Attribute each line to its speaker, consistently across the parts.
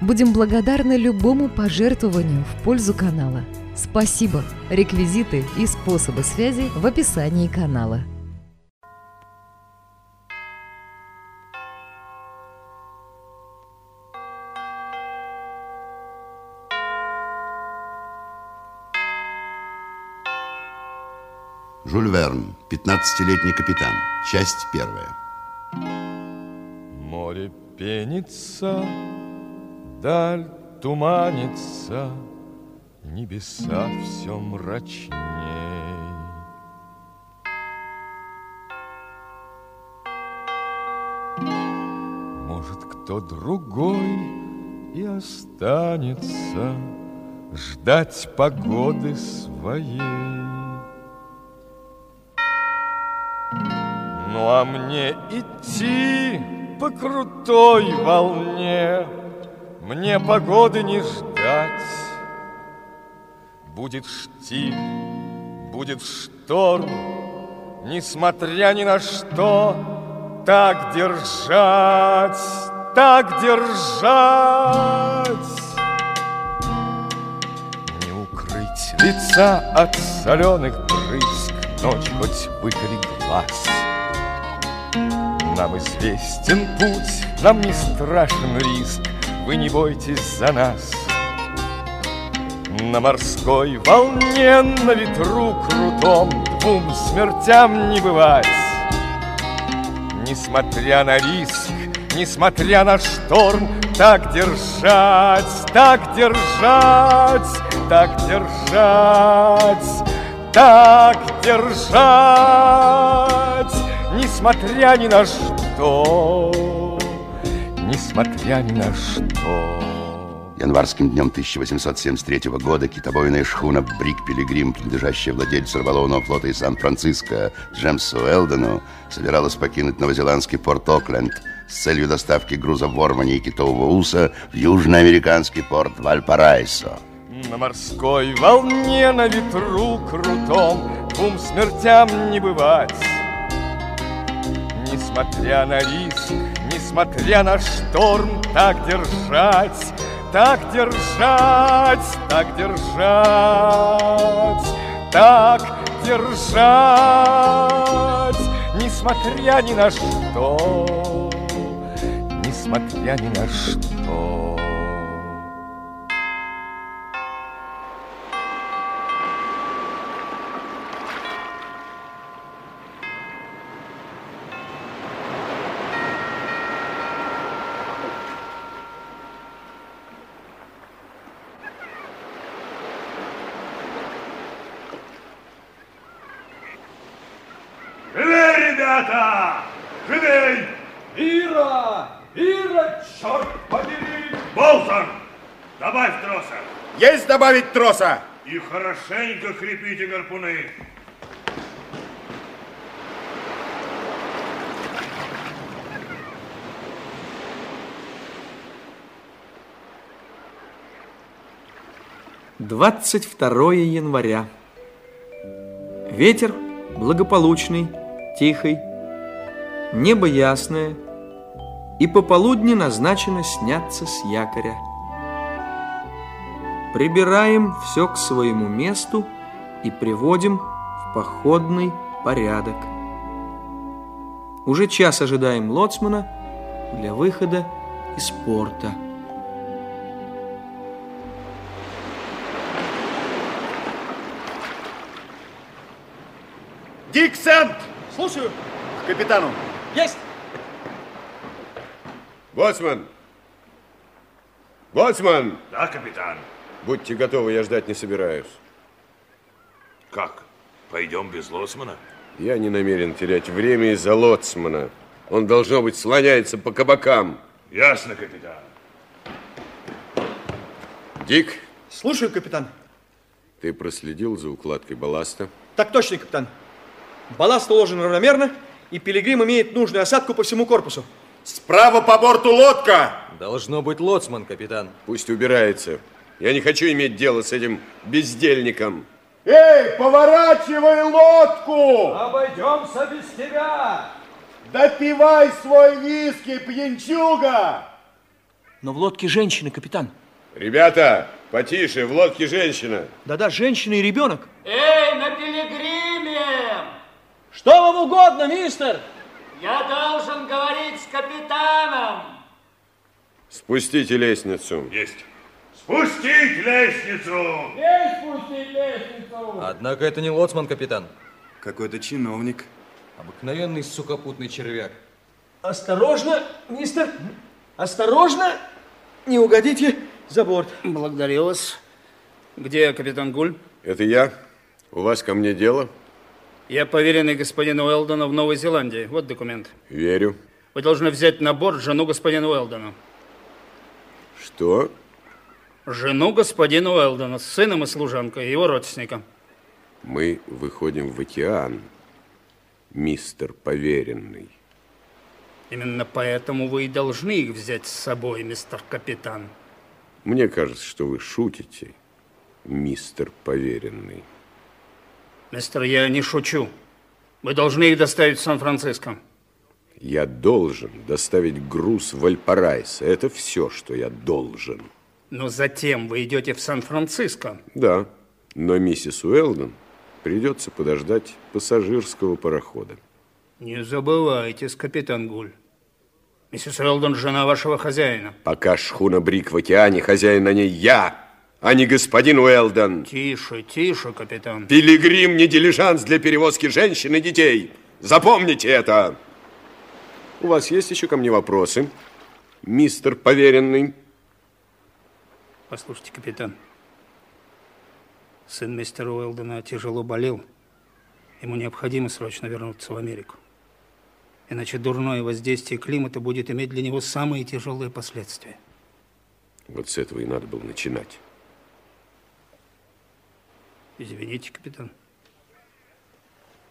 Speaker 1: Будем благодарны любому пожертвованию в пользу канала. Спасибо! Реквизиты и способы связи в описании канала.
Speaker 2: Жюль Верн, 15-летний капитан, часть первая.
Speaker 3: Море пенится, даль туманится, Небеса все мрачней. Может, кто другой и останется Ждать погоды своей. Ну а мне идти по крутой волне, Мне погоды не ждать. Будет штиль, будет шторм, Несмотря ни на что, Так держать, так держать. Не укрыть лица от соленых брызг, Ночь хоть выколи глаз. Нам известен путь, нам не страшен риск, Вы не бойтесь за нас. На морской волне, на ветру крутом Двум смертям не бывать Несмотря на риск, несмотря на шторм Так держать, так держать, так держать Так держать, несмотря ни на что Несмотря ни на что
Speaker 2: Январским днем 1873 года китобойная шхуна «Брик Пилигрим», принадлежащая владельцу рыболовного флота из Сан-Франциско Джемсу Элдену, собиралась покинуть новозеландский порт Окленд с целью доставки груза ворвания и китового уса в южноамериканский порт Вальпарайсо.
Speaker 3: На морской волне, на ветру крутом Двум смертям не бывать Несмотря на риск, несмотря на шторм Так держать, так держать, так держать Так держать Несмотря ни на что Несмотря ни на что
Speaker 4: Живей, ребята! Живей!
Speaker 5: Ира! Ира, черт побери!
Speaker 4: Болтон, добавь троса
Speaker 6: Есть добавить троса?
Speaker 4: и хорошенько крепите гарпуны.
Speaker 7: Двадцать второе января. Ветер благополучный, тихий, небо ясное, и пополудни назначено сняться с якоря. Прибираем все к своему месту и приводим в походный порядок. Уже час ожидаем лоцмана для выхода из порта.
Speaker 6: Диксент!
Speaker 5: Слушаю,
Speaker 6: К капитану.
Speaker 5: есть!
Speaker 6: Боцман! Боцман!
Speaker 4: Да, капитан?
Speaker 6: Будьте готовы, я ждать не собираюсь.
Speaker 4: Как? Пойдем без лоцмана?
Speaker 6: Я не намерен терять время из-за лоцмана. Он, должно быть, слоняется по кабакам.
Speaker 4: Ясно, капитан.
Speaker 6: Дик,
Speaker 5: Слушаю, капитан.
Speaker 6: Ты проследил за укладкой балласта?
Speaker 8: Так точно, капитан. Балласт уложен равномерно, и пилигрим имеет нужную осадку по всему корпусу.
Speaker 9: Справа по борту лодка!
Speaker 4: Должно быть лоцман, капитан.
Speaker 6: Пусть убирается. Я не хочу иметь дело с этим бездельником.
Speaker 10: Эй, поворачивай лодку!
Speaker 8: Обойдемся без тебя!
Speaker 10: Допивай свой виски, пьянчуга!
Speaker 5: Но в лодке женщины, капитан.
Speaker 6: Ребята, потише, в лодке женщина.
Speaker 5: Да-да, женщина и ребенок.
Speaker 11: Эй, на пилигриме!
Speaker 8: Что вам угодно, мистер?
Speaker 11: Я должен говорить с капитаном!
Speaker 6: Спустите лестницу.
Speaker 9: Есть. Спустить лестницу!
Speaker 4: Однако это не лоцман, капитан.
Speaker 12: Какой-то чиновник.
Speaker 4: Обыкновенный сухопутный червяк.
Speaker 8: Осторожно, мистер. Осторожно, не угодите за борт.
Speaker 12: Благодарю вас. Где капитан Гуль?
Speaker 6: Это я? У вас ко мне дело?
Speaker 12: Я поверенный господина Уэлдона в Новой Зеландии. Вот документ.
Speaker 6: Верю.
Speaker 12: Вы должны взять на борт жену господина Уэлдона.
Speaker 6: Что?
Speaker 12: Жену господина Уэлдона с сыном и служанкой, его родственника.
Speaker 6: Мы выходим в океан, мистер поверенный.
Speaker 12: Именно поэтому вы и должны их взять с собой, мистер капитан.
Speaker 6: Мне кажется, что вы шутите, мистер поверенный.
Speaker 12: Мистер, я не шучу. Вы должны их доставить в Сан-Франциско.
Speaker 6: Я должен доставить груз в Альпарайс. Это все, что я должен.
Speaker 12: Но затем вы идете в Сан-Франциско.
Speaker 6: Да, но миссис Уэлдон придется подождать пассажирского парохода.
Speaker 12: Не забывайте, капитан Гуль. Миссис Уэлдон – жена вашего хозяина.
Speaker 6: Пока шхуна Брик в океане, хозяин на ней я, а не господин Уэлдон.
Speaker 12: Тише, тише, капитан.
Speaker 6: Пилигрим не дилижанс для перевозки женщин и детей. Запомните это. У вас есть еще ко мне вопросы, мистер поверенный?
Speaker 12: Послушайте, капитан. Сын мистера Уэлдона тяжело болел. Ему необходимо срочно вернуться в Америку. Иначе дурное воздействие климата будет иметь для него самые тяжелые последствия.
Speaker 6: Вот с этого и надо было начинать.
Speaker 12: Извините, капитан.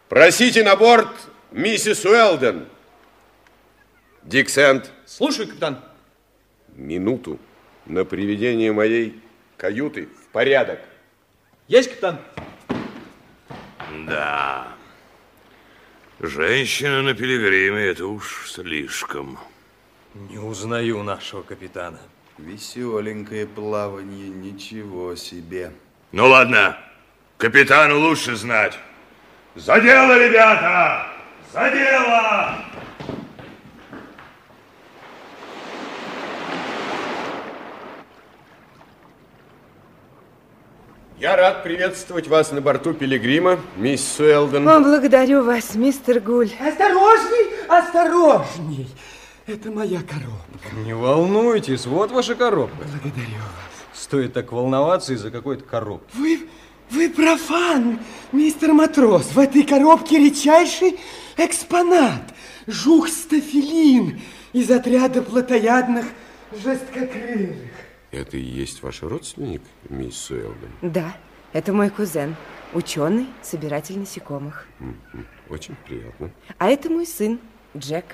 Speaker 6: Просите на борт миссис Уэлден. Диксент,
Speaker 8: Слушай, капитан.
Speaker 6: минуту на приведение моей каюты в порядок.
Speaker 8: Есть, капитан?
Speaker 9: Да. Женщина на пилигриме – это уж слишком.
Speaker 4: Не узнаю нашего капитана.
Speaker 11: Веселенькое плавание, ничего себе.
Speaker 9: Ну ладно, капитану лучше знать. За дело, ребята! За дело!
Speaker 6: Я рад приветствовать вас на борту Пилигрима, мисс Уэлден.
Speaker 13: благодарю вас, мистер Гуль.
Speaker 8: Осторожней, осторожней. Это моя коробка.
Speaker 4: Не волнуйтесь, вот ваша коробка. Благодарю вас. Стоит так волноваться из-за какой-то коробки.
Speaker 8: Вы, вы профан, мистер Матрос. В этой коробке редчайший экспонат. Жух-стафилин из отряда плотоядных жесткокрылых.
Speaker 6: Это и есть ваш родственник, мисс Уэлден?
Speaker 13: Да, это мой кузен, ученый, собиратель насекомых.
Speaker 6: М-м, Очень приятно.
Speaker 13: А это мой сын, Джек.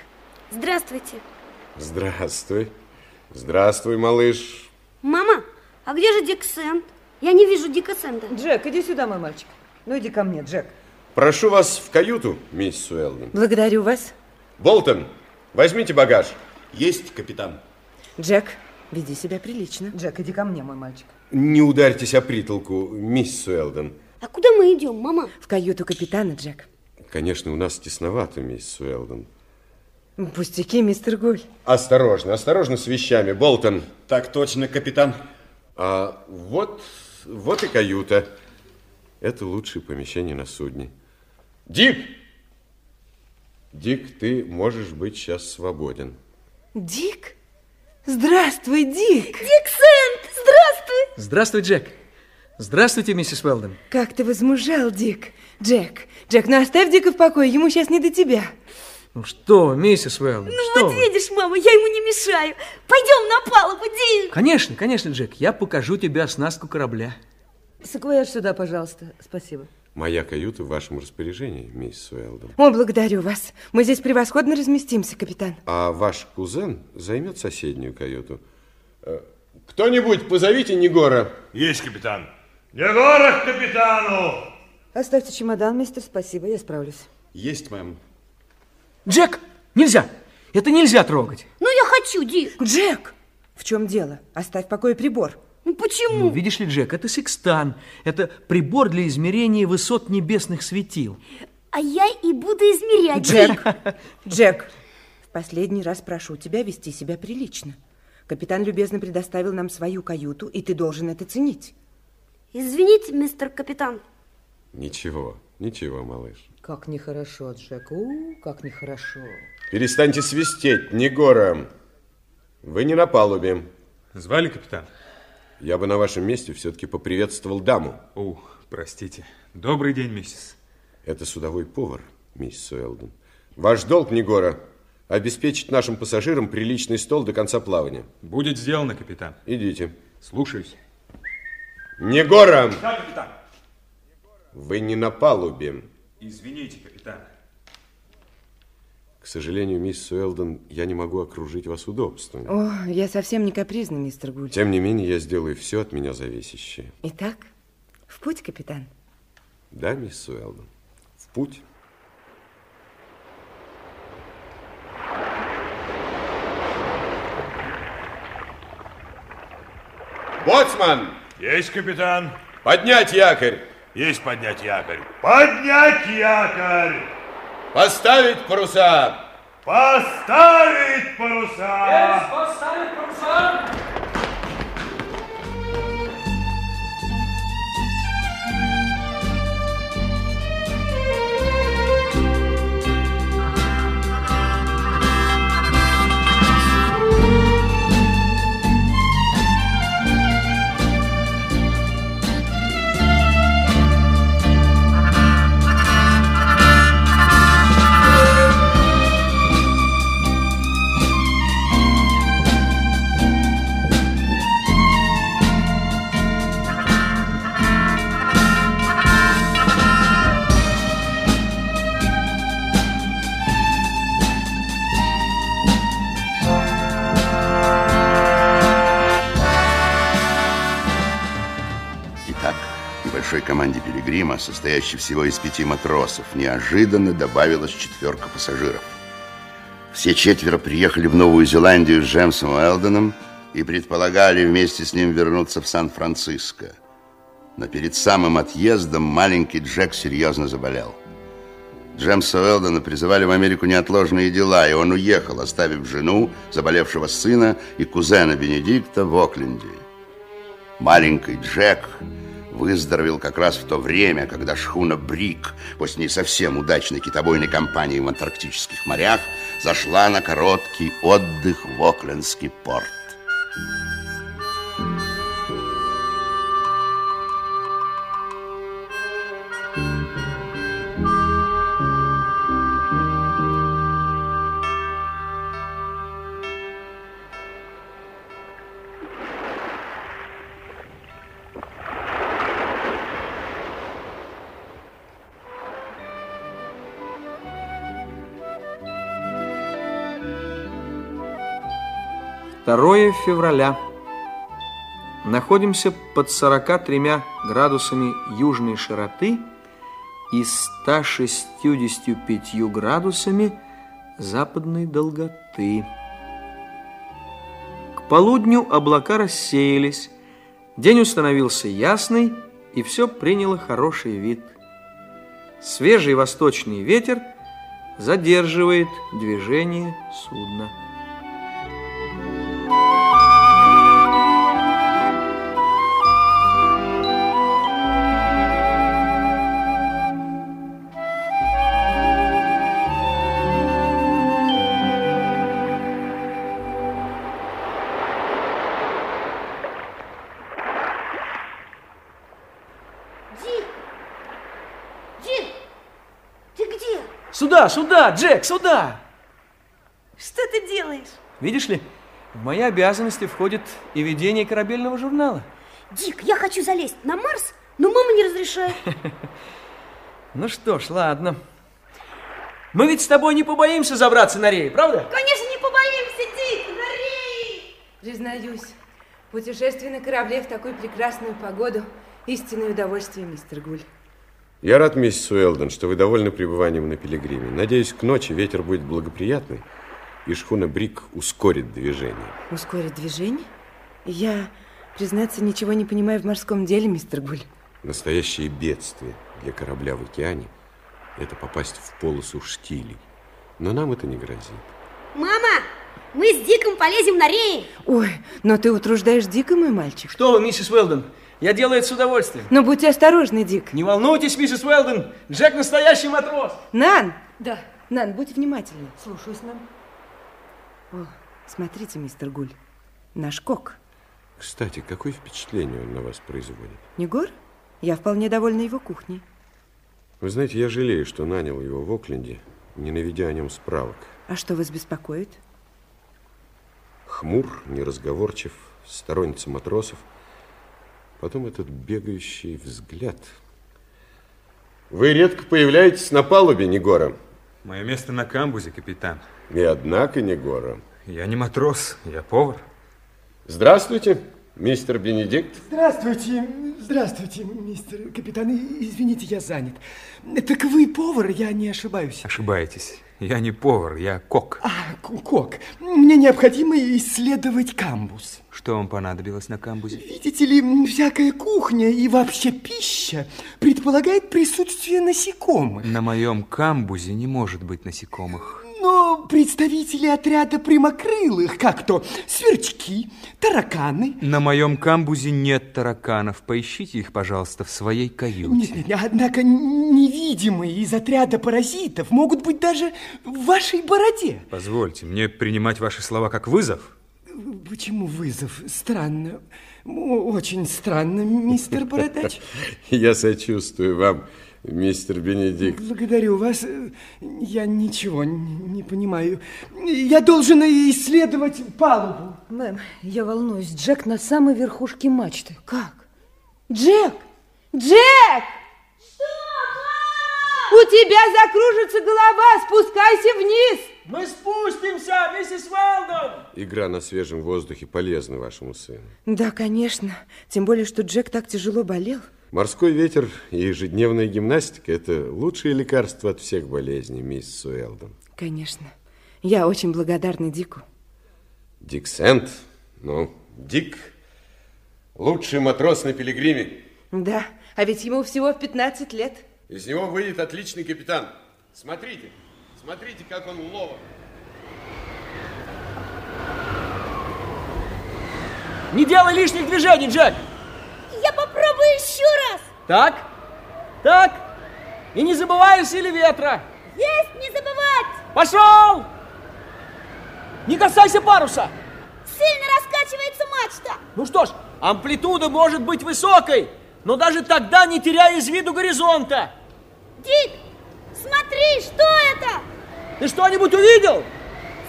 Speaker 11: Здравствуйте.
Speaker 6: Здравствуй. Здравствуй, малыш.
Speaker 11: Мама, а где же Диксент? Я не вижу Диксента.
Speaker 13: Джек, иди сюда, мой мальчик. Ну, иди ко мне, Джек.
Speaker 6: Прошу вас в каюту, мисс Уэлден.
Speaker 13: Благодарю вас.
Speaker 6: Болтон, возьмите багаж.
Speaker 13: Джек, веди себя прилично. Джек, иди ко мне, мой мальчик.
Speaker 6: Не ударьтесь о притолку, мисс Уэлден.
Speaker 11: А куда мы идем, мама?
Speaker 13: В каюту капитана, Джек.
Speaker 6: Конечно, у нас тесновато, мисс Уэлден.
Speaker 13: Пустяки, мистер Гуль.
Speaker 6: Осторожно, осторожно с вещами, Болтон.
Speaker 8: Так точно, капитан.
Speaker 6: А вот, вот и каюта. Это лучшее помещение на судне. Дик! Дик, ты можешь быть сейчас свободен.
Speaker 13: Дик? Здравствуй, Дик.
Speaker 11: Диксент, здравствуй!
Speaker 8: Здравствуй, Джек. Здравствуйте, миссис Уэлден.
Speaker 13: Как ты возмужал, Дик. Джек, Джек, ну оставь Дика в покое, ему сейчас не до тебя.
Speaker 8: Ну что, вы, миссис Уэлден,
Speaker 11: Ну,
Speaker 8: что вы?
Speaker 11: видишь, мама, я ему не мешаю. Пойдем на палубу, Дик!
Speaker 8: Конечно, конечно, Джек, я покажу тебе оснастку корабля.
Speaker 14: Саквояж сюда, пожалуйста. Спасибо.
Speaker 6: Моя каюта в вашем распоряжении, мисс Уэлдон.
Speaker 14: О, благодарю вас. Мы здесь превосходно разместимся, капитан.
Speaker 6: А ваш кузен займет соседнюю каюту. Э, Кто-нибудь позовите Негора.
Speaker 10: Есть, капитан. Негора к капитану!
Speaker 13: Оставьте чемодан, мистер, спасибо, я справлюсь.
Speaker 6: Есть, мэм.
Speaker 5: Джек, нельзя. Это нельзя трогать.
Speaker 11: Ну, я хочу, Дик.
Speaker 13: Джек! В чем дело? Оставь в покое прибор.
Speaker 11: Ну, почему?
Speaker 5: Ну, видишь ли, Джек, это секстан. Это прибор для измерения высот небесных светил.
Speaker 11: А я и буду измерять,
Speaker 13: Джек,
Speaker 11: Дик.
Speaker 13: Джек, в последний раз прошу тебя вести себя прилично. Капитан любезно предоставил нам свою каюту, и ты должен это ценить.
Speaker 11: Извините, мистер капитан.
Speaker 6: Ничего, ничего, малыш.
Speaker 13: Как нехорошо, Джек, у, как нехорошо.
Speaker 6: Перестаньте свистеть, Негора. Вы не на палубе.
Speaker 7: Звали, капитан?
Speaker 6: Я бы на вашем месте все-таки поприветствовал даму.
Speaker 7: Ух, простите. Добрый день, миссис.
Speaker 6: Это судовой повар, мисс Уэлден. Ваш долг, Негора, обеспечить нашим пассажирам приличный стол до конца плавания.
Speaker 7: Будет сделано, капитан.
Speaker 6: Идите.
Speaker 7: Слушаюсь.
Speaker 6: Негора,
Speaker 7: Да, капитан.
Speaker 6: вы не на палубе.
Speaker 7: Извините, капитан.
Speaker 6: К сожалению, мисс Уэлден, я не могу окружить вас удобствами.
Speaker 13: О, я совсем не капризна, мистер Гуль.
Speaker 6: Тем не менее, я сделаю все от меня зависящее.
Speaker 13: Итак, в путь, капитан.
Speaker 6: Да, мисс Уэлден? В путь. Боцман!
Speaker 10: Есть, капитан.
Speaker 6: Поднять якорь!
Speaker 10: Есть поднять якорь. Поднять якорь!
Speaker 6: Поставить паруса!
Speaker 10: Поставить паруса!
Speaker 2: Итак, небольшой команде Пилигрима, состоящей всего из пяти матросов, неожиданно добавилась четверка пассажиров. Все четверо приехали в Новую Зеландию с Джемсом Уэлденом и предполагали вместе с ним вернуться в Сан-Франциско. Но перед самым отъездом маленький Джек серьезно заболел. Джемса Уэлдена призывали в Америку неотложные дела, и он уехал, оставив жену, заболевшего сына и кузена Бенедикта в Окленде. Маленький Джек выздоровел как раз в то время, когда шхуна «Брик» после не совсем удачной китобойной кампании в антарктических морях зашла на короткий отдых в Оклендский порт.
Speaker 5: Второе февраля. Находимся под 43 градусами южной широты и 165 градусами западной долготы. К полудню облака рассеялись, день установился ясный, и все приняло хороший вид. Свежий восточный ветер задерживает движение судна.
Speaker 11: Дик! Дик! Ты где?
Speaker 5: Сюда, сюда, Джек, сюда!
Speaker 11: Что ты делаешь?
Speaker 5: Видишь ли, в мои обязанности входит и ведение корабельного журнала.
Speaker 11: Дик, я хочу залезть на Марс Но мама не разрешает.
Speaker 15: Ну что ж, ладно. Мы ведь с тобой не побоимся забраться на рей, правда?
Speaker 16: Конечно, не побоимся, Дик, Нори! Признаюсь, путешествие на корабле в такую прекрасную погоду – истинное удовольствие, мистер Гуль.
Speaker 6: Я рад, миссис Уэлден, что вы довольны пребыванием на Пилигриме. Надеюсь, к ночи ветер будет благоприятный, и шхуна Брик ускорит движение.
Speaker 13: Ускорить движение? Я, признаться, ничего не понимаю в морском деле, мистер Гуль.
Speaker 6: Настоящее бедствие для корабля в океане – это попасть в полосу штилей. Но нам это не грозит.
Speaker 11: Мама, мы с Диком полезем на реи.
Speaker 13: Ой, но ты утруждаешь Дика, мой мальчик.
Speaker 15: Что вы, миссис Уэлден? Я делаю это с удовольствием.
Speaker 13: Но будьте осторожны, Дик.
Speaker 15: Не волнуйтесь, миссис Уэлден, Джек настоящий матрос.
Speaker 13: Нан!
Speaker 16: Да.
Speaker 13: Нан, будь внимательна.
Speaker 16: Слушаюсь, нам.
Speaker 13: О, смотрите, мистер Гуль, наш кок.
Speaker 6: Кстати, какое впечатление он на вас производит?
Speaker 13: Негор, я вполне довольна его кухней.
Speaker 6: Вы знаете, я жалею, что нанял его в Окленде, не наведя о нем справок.
Speaker 13: А что вас беспокоит?
Speaker 6: Хмур, неразговорчив, сторонница матросов. Потом этот бегающий взгляд. Вы редко появляетесь на палубе, Негора.
Speaker 7: Мое место на камбузе, капитан.
Speaker 6: И однако, Негора.
Speaker 7: Я не матрос, я повар.
Speaker 6: Здравствуйте, мистер Бенедикт.
Speaker 8: Здравствуйте, здравствуйте, мистер капитан. И- Извините, я занят. Так вы повар, я не ошибаюсь.
Speaker 7: Ошибаетесь. Я не повар, я кок.
Speaker 8: К- Кок, мне необходимо исследовать камбус.
Speaker 7: Что вам понадобилось на камбузе?
Speaker 8: Видите ли, м, всякая кухня и вообще пища предполагает присутствие насекомых.
Speaker 7: На моем камбузе не может быть насекомых.
Speaker 8: Но представители отряда прямокрылых, как то сверчки, тараканы...
Speaker 7: На моем камбузе нет тараканов. Поищите их, пожалуйста, в своей каюте.
Speaker 8: Нет, нет, нет, однако невидимые из отряда паразитов могут быть даже в вашей бороде.
Speaker 7: Позвольте мне принимать ваши слова как вызов.
Speaker 8: Почему вызов? Странно. О- Очень странно, мистер Бородач.
Speaker 6: Я сочувствую вам, мистер Бенедикт.
Speaker 8: Благодарю вас. Э, Я ничего н- не понимаю. Я должен исследовать палубу.
Speaker 16: Мэм, я волнуюсь. Джек на самой верхушке мачты. Как? Джек! Джек! У тебя закружится голова, спускайся вниз!
Speaker 15: Мы спустимся, миссис Уэлден!
Speaker 6: Игра на свежем воздухе полезна вашему сыну.
Speaker 13: Да, конечно. Тем более, что Джек так тяжело болел.
Speaker 6: Морской ветер и ежедневная гимнастика – это лучшее лекарство от всех болезней, мисс Уэлден.
Speaker 13: Конечно. Я очень благодарна Дику.
Speaker 6: Дик Сент, ну, Дик, лучший матрос на пилигриме.
Speaker 13: Да, а ведь ему всего в 15 лет.
Speaker 6: Из него выйдет отличный капитан. Смотрите, смотрите, как он ловок.
Speaker 15: Не делай лишних движений, Джек!
Speaker 11: Я попробую еще раз.
Speaker 15: Так, так, и не забывай о силе ветра.
Speaker 11: Есть не забывать.
Speaker 15: Пошел! Не касайся паруса!
Speaker 11: Сильно раскачивается мачта.
Speaker 15: Ну что ж, амплитуда может быть высокой, но даже тогда не теряй из виду горизонта.
Speaker 11: Дик, смотри, что это?
Speaker 15: Ты что-нибудь увидел?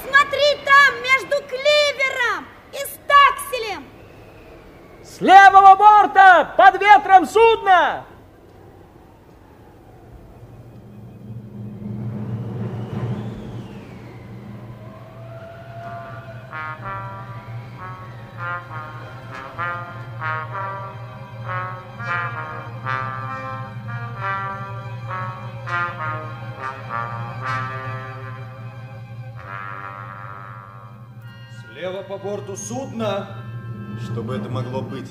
Speaker 11: Смотри там, между кливером и стакселем.
Speaker 15: С левого борта, под ветром судно!
Speaker 17: Слева по борту судна. Что бы это могло быть?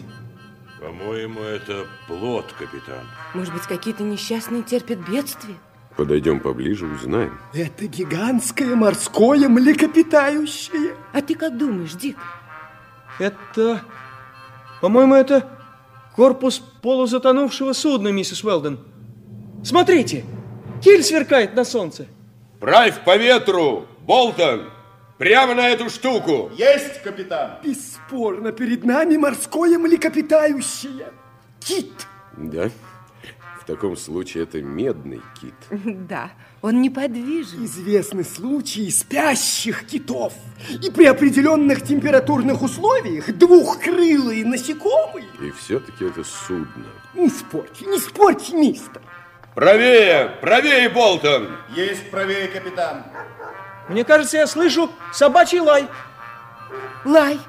Speaker 9: По-моему, это плод, капитан.
Speaker 13: Может быть, какие-то несчастные терпят бедствие?
Speaker 6: Подойдем поближе, узнаем.
Speaker 8: Это гигантское морское млекопитающее.
Speaker 13: А ты как думаешь, Дик?
Speaker 5: Это... По-моему, это корпус полузатонувшего судна, миссис Уэлден. Смотрите, киль сверкает на солнце.
Speaker 6: Правь по ветру, Болтон! Прямо на эту штуку!
Speaker 17: Есть, капитан!
Speaker 8: Бесспорно, перед нами морское млекопитающее. Кит.
Speaker 6: Да? В таком случае это медный кит.
Speaker 13: Да, он неподвижен.
Speaker 18: Известны случаи спящих китов. И при определенных температурных условиях двухкрылые насекомые...
Speaker 6: И все-таки это судно.
Speaker 18: Не спорьте, не спорьте, мистер.
Speaker 6: Правее, правее, Болтон!
Speaker 4: Есть правее, капитан.
Speaker 15: Мне кажется, я слышу собачий лай.
Speaker 13: Лай.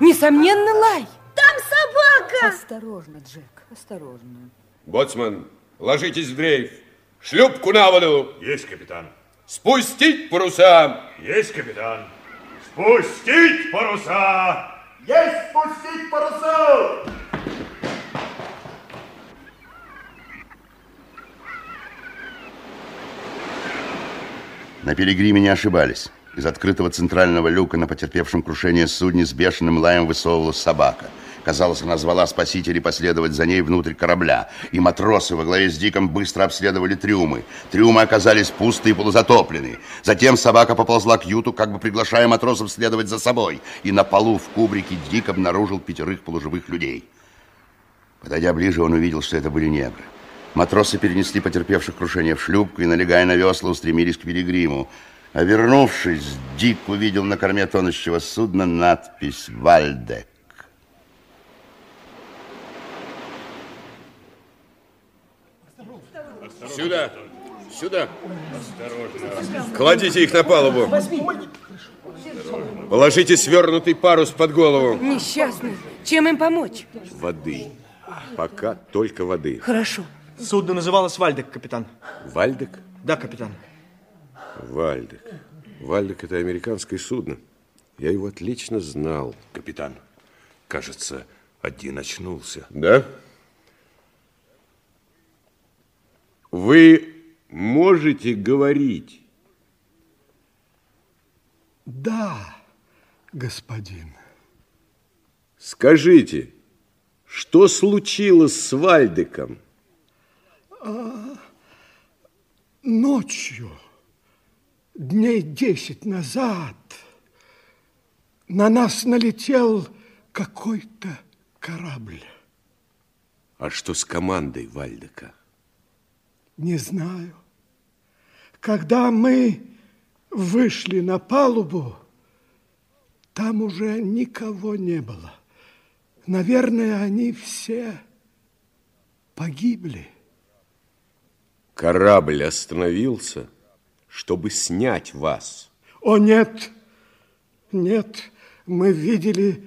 Speaker 13: Несомненно, лай.
Speaker 11: Там собака!
Speaker 13: Осторожно, Джек, осторожно.
Speaker 6: Боцман, ложитесь в дрейф. Шлюпку на воду.
Speaker 19: Есть, капитан.
Speaker 6: Спустить паруса.
Speaker 19: Есть, капитан. Спустить паруса.
Speaker 4: Есть спустить паруса!
Speaker 2: На пилигриме не ошибались. Из открытого центрального люка на потерпевшем крушение судне с бешеным лаем высовывалась собака. Казалось, она звала спасителей последовать за ней внутрь корабля. И матросы во главе с Диком быстро обследовали трюмы. Трюмы оказались пустые и полузатопленные. Затем собака поползла к юту, как бы приглашая матросов следовать за собой. И на полу в кубрике Дик обнаружил пятерых полуживых людей. Подойдя ближе, он увидел, что это были негры. Матросы перенесли потерпевших крушение в шлюпку и, налегая на весла, устремились к пилигриму. А вернувшись, Дик увидел на корме тонущего судна надпись «Вальдек».
Speaker 6: Сюда, сюда. Кладите их на палубу. Положите свернутый парус под голову.
Speaker 13: Несчастный. Чем им помочь?
Speaker 6: Воды. Пока только воды.
Speaker 13: Хорошо.
Speaker 15: Судно называлось Вальдек, капитан.
Speaker 6: Вальдек?
Speaker 15: Да, капитан.
Speaker 6: Вальдек. Вальдек – это американское судно. Я его отлично знал.
Speaker 20: Капитан, кажется, один очнулся.
Speaker 6: Да? Вы можете говорить?
Speaker 18: Да, господин.
Speaker 6: Скажите, что случилось с Вальдеком?
Speaker 18: А, ночью, дней десять назад, на нас налетел какой-то корабль.
Speaker 6: А что с командой Вальдека?
Speaker 18: Не знаю. Когда мы вышли на палубу, там уже никого не было. Наверное, они все погибли.
Speaker 6: Корабль остановился, чтобы снять вас.
Speaker 18: О, нет, нет, мы видели,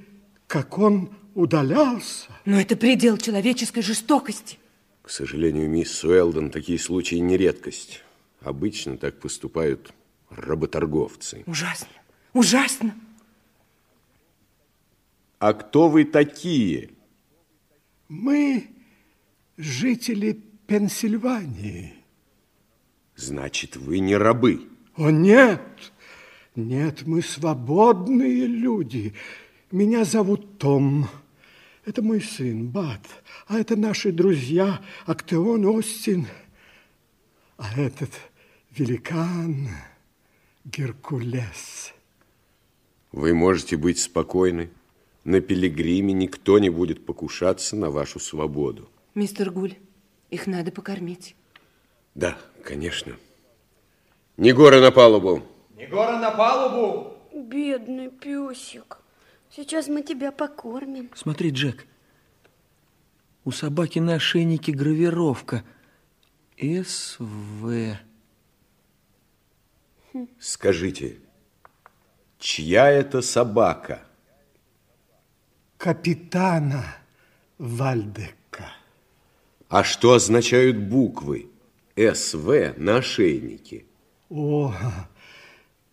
Speaker 18: как он удалялся.
Speaker 13: Но это предел человеческой жестокости.
Speaker 6: К сожалению, мисс Уэлдон, такие случаи не редкость. Обычно так поступают работорговцы.
Speaker 13: Ужасно, ужасно.
Speaker 6: А кто вы такие?
Speaker 18: Мы жители Пенсильвании.
Speaker 6: Значит, вы не рабы.
Speaker 18: О, нет, нет, мы свободные люди. Меня зовут Том. Это мой сын, Бат. А это наши друзья Актеон, Остин. А этот великан Геркулес.
Speaker 6: Вы можете быть спокойны. На пилигриме никто не будет покушаться на вашу свободу.
Speaker 13: Мистер Гуль, их надо покормить.
Speaker 6: Да, конечно. Негора на палубу.
Speaker 4: Негора на палубу.
Speaker 11: Бедный песик. Сейчас мы тебя покормим.
Speaker 5: Смотри, Джек, у собаки на ошейнике гравировка СВ.
Speaker 6: Скажите, чья это собака?
Speaker 18: Капитана Вальдека.
Speaker 6: А что означают буквы СВ на ошейнике?
Speaker 18: О,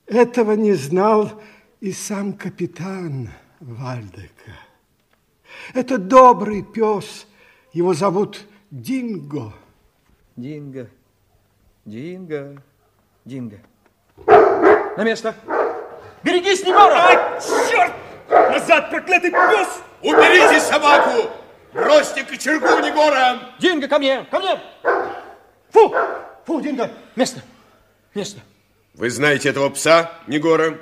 Speaker 18: этого не знал и сам капитан Вальдека. Это добрый пес. Его зовут Динго.
Speaker 15: Динго, Динго, Динго. На место. Берегись, Негора!
Speaker 19: А, черт! Назад, проклятый пес!
Speaker 6: Уберите собаку! Бросьте кочергу, Негора!
Speaker 15: Динго, ко мне, ко мне! Фу! Фу, Динго! Место! Место!
Speaker 6: Вы знаете этого пса, Негора?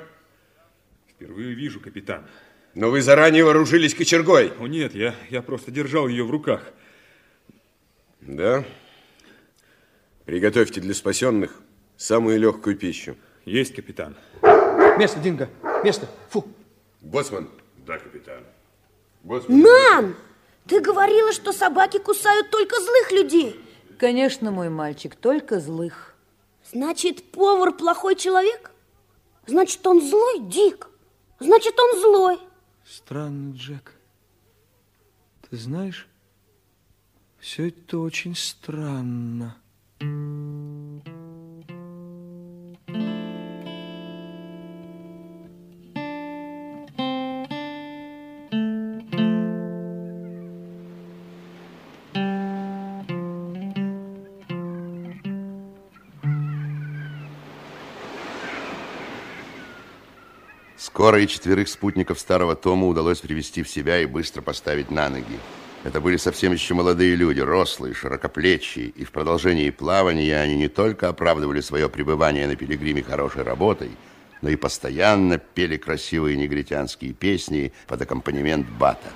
Speaker 20: Впервые вижу, капитан.
Speaker 6: Но вы заранее вооружились кочергой.
Speaker 20: О, нет, я, я просто держал ее в руках.
Speaker 6: Да? Приготовьте для спасенных самую легкую пищу.
Speaker 9: Есть, капитан.
Speaker 6: Место, Динго, место. Фу. Боцман. Да, капитан. Боцман.
Speaker 11: Мам, ты говорила, что собаки кусают только злых людей.
Speaker 21: Конечно, мой мальчик, только злых.
Speaker 11: Значит, повар плохой человек? Значит, он злой, Дик? Значит, он злой.
Speaker 5: Странный Джек. Ты знаешь, все это очень странно.
Speaker 2: Скоро и четверых спутников старого Тома удалось привести в себя и быстро поставить на ноги. Это были совсем еще молодые люди, рослые, широкоплечие, и в продолжении плавания они не только оправдывали свое пребывание на пилигриме хорошей работой, но и постоянно пели красивые негритянские песни под аккомпанемент бата.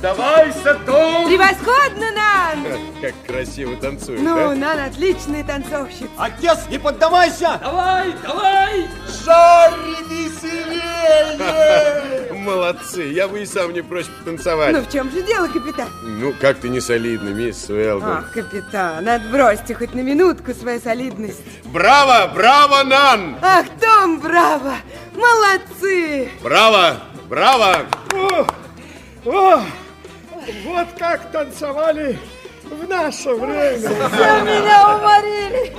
Speaker 10: Давайся, Том!
Speaker 22: Превосходно, Нан!
Speaker 6: Как красиво танцует,
Speaker 22: Ну,
Speaker 6: а?
Speaker 22: Нан отличный танцовщик.
Speaker 17: Отец, не поддавайся!
Speaker 15: Давай, давай!
Speaker 17: Жарри веселее!
Speaker 6: Молодцы, я бы и сам не прочь танцевать.
Speaker 13: Ну в чем же дело, капитан?
Speaker 6: Ну, как ты не солидна, мисс Уэлдон.
Speaker 13: Ах, капитан, отбросьте хоть на минутку свою солидность.
Speaker 6: Браво, браво, Нан!
Speaker 13: Ах, Том, браво! Молодцы!
Speaker 6: Браво, браво!
Speaker 18: О, о, вот как танцевали в наше время.
Speaker 13: Все меня уморили!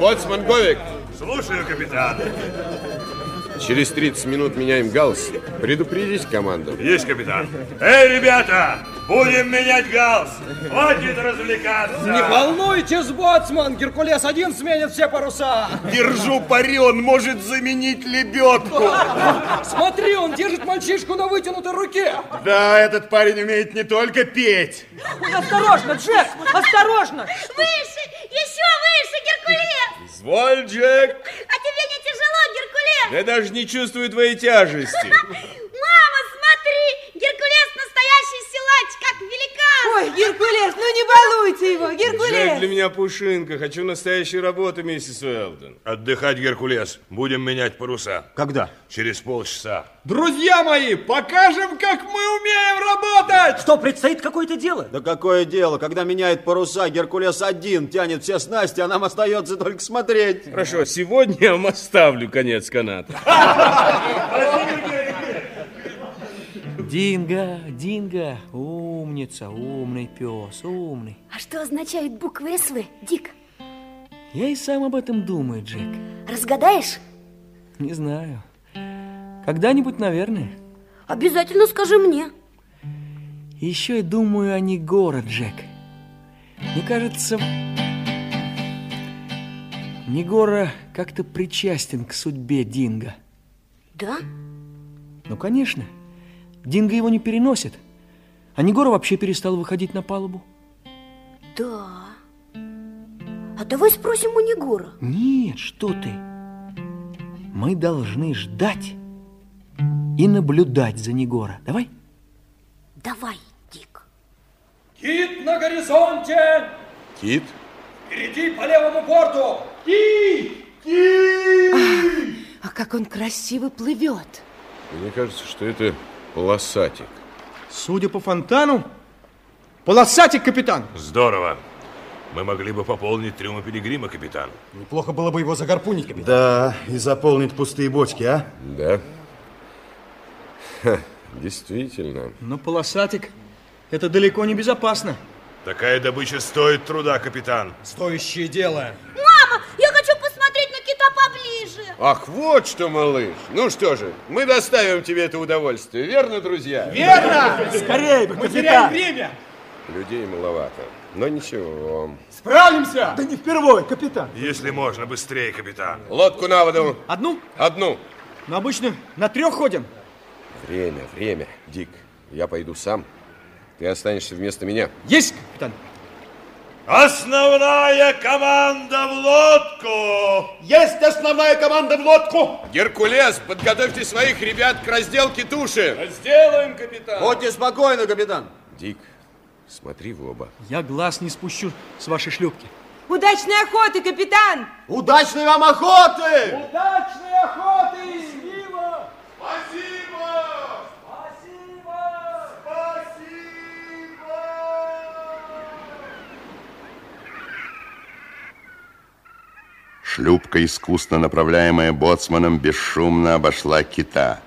Speaker 6: Боцман Говик,
Speaker 10: Слушаю, капитан.
Speaker 6: через 30 минут меняем галс. Предупредить команду.
Speaker 10: Есть, капитан. Эй, ребята, будем менять галс. Хватит развлекаться.
Speaker 6: Не
Speaker 15: волнуйтесь, боцман! Геркулес-1 сменит все паруса!
Speaker 17: Держу пари, он может заменить лебедку.
Speaker 15: Смотри, он держит мальчишку на вытянутой руке!
Speaker 17: Да, этот парень умеет не только петь.
Speaker 15: Осторожно, Джек! Осторожно!
Speaker 11: Выше! Еще выше, Геркулес!
Speaker 17: Зволь, Джек!
Speaker 11: А тебе не тяжело, Геркулес?
Speaker 9: Я даже не чувствую твоей тяжести.
Speaker 11: Мама, смотри! Геркулес настоящий силач, как великан!
Speaker 13: Ой, Геркулес, ну не балуйте его,
Speaker 9: Джек
Speaker 13: Геркулес!
Speaker 9: для меня пушинка. Хочу настоящей работы, миссис Уэлден.
Speaker 10: Отдыхать, Геркулес. Будем менять паруса. Когда? Через полчаса.
Speaker 15: Друзья мои, покажем, как мы умеем работать! Что, предстоит какое-то дело?
Speaker 17: Да какое дело, когда меняет паруса, Геркулес один тянет все снасти, а нам остается только смотреть.
Speaker 9: Хорошо, сегодня я вам оставлю конец каната.
Speaker 5: Динго, Динго, умница, умный пес, умный.
Speaker 11: А что означают буквы СВ, Дик?
Speaker 5: Я и сам об этом думаю, Джек.
Speaker 11: Разгадаешь?
Speaker 5: Не знаю. Когда-нибудь, наверное.
Speaker 11: Обязательно скажи мне.
Speaker 5: Еще я думаю о Негора, Джек. Мне кажется, Негора как-то причастен к судьбе Динго.
Speaker 11: Да?
Speaker 5: Ну, конечно. Динго его не переносит. А Негора вообще перестал выходить на палубу.
Speaker 11: Да. А давай спросим у Негора.
Speaker 5: Нет, что ты. Мы должны ждать и наблюдать за Негора. Давай?
Speaker 11: Давай.
Speaker 15: Кит на горизонте!
Speaker 6: Кит?
Speaker 15: Впереди по левому борту! Кит! Кит!
Speaker 23: А как он красиво плывет.
Speaker 6: Мне кажется, что это полосатик.
Speaker 5: Судя по фонтану, полосатик, капитан.
Speaker 10: Здорово. Мы могли бы пополнить трюмы пилигрима, капитан.
Speaker 17: Неплохо было бы его загорпунить, капитан. Да, и заполнить пустые бочки, а?
Speaker 6: Да. Ха, действительно.
Speaker 5: Но полосатик – это далеко не безопасно.
Speaker 10: Такая добыча стоит труда, капитан.
Speaker 15: Стоящее дело.
Speaker 11: Мама, я хочу посмотреть на кита поближе.
Speaker 6: Ах, вот что, малыш. Ну что же, мы доставим тебе это удовольствие, верно, друзья?
Speaker 15: Верно! Скорее бы, Мы теряем время!
Speaker 6: Людей маловато, но ничего.
Speaker 15: Справимся! Да не впервой, капитан!
Speaker 10: Если можно, быстрее, капитан.
Speaker 6: Лодку на воду.
Speaker 15: Одну?
Speaker 6: Одну.
Speaker 15: Но обычно на трех ходим.
Speaker 6: Время, время. Дик, я пойду сам. Ты останешься вместо меня.
Speaker 15: Есть, капитан.
Speaker 10: Основная команда в лодку!
Speaker 15: Есть основная команда в лодку!
Speaker 6: Геркулес, подготовьте своих ребят к разделке туши!
Speaker 9: Сделаем, капитан!
Speaker 15: Будьте спокойны, капитан!
Speaker 6: Дик, смотри в оба.
Speaker 15: Я глаз не спущу с вашей шлюпки.
Speaker 24: Удачной охоты, капитан!
Speaker 15: Удачной вам охоты!
Speaker 17: Удачной охоты! Спасибо!
Speaker 10: Спасибо!
Speaker 17: Спасибо!
Speaker 2: Шлюпка, искусно направляемая боцманом, бесшумно обошла кита.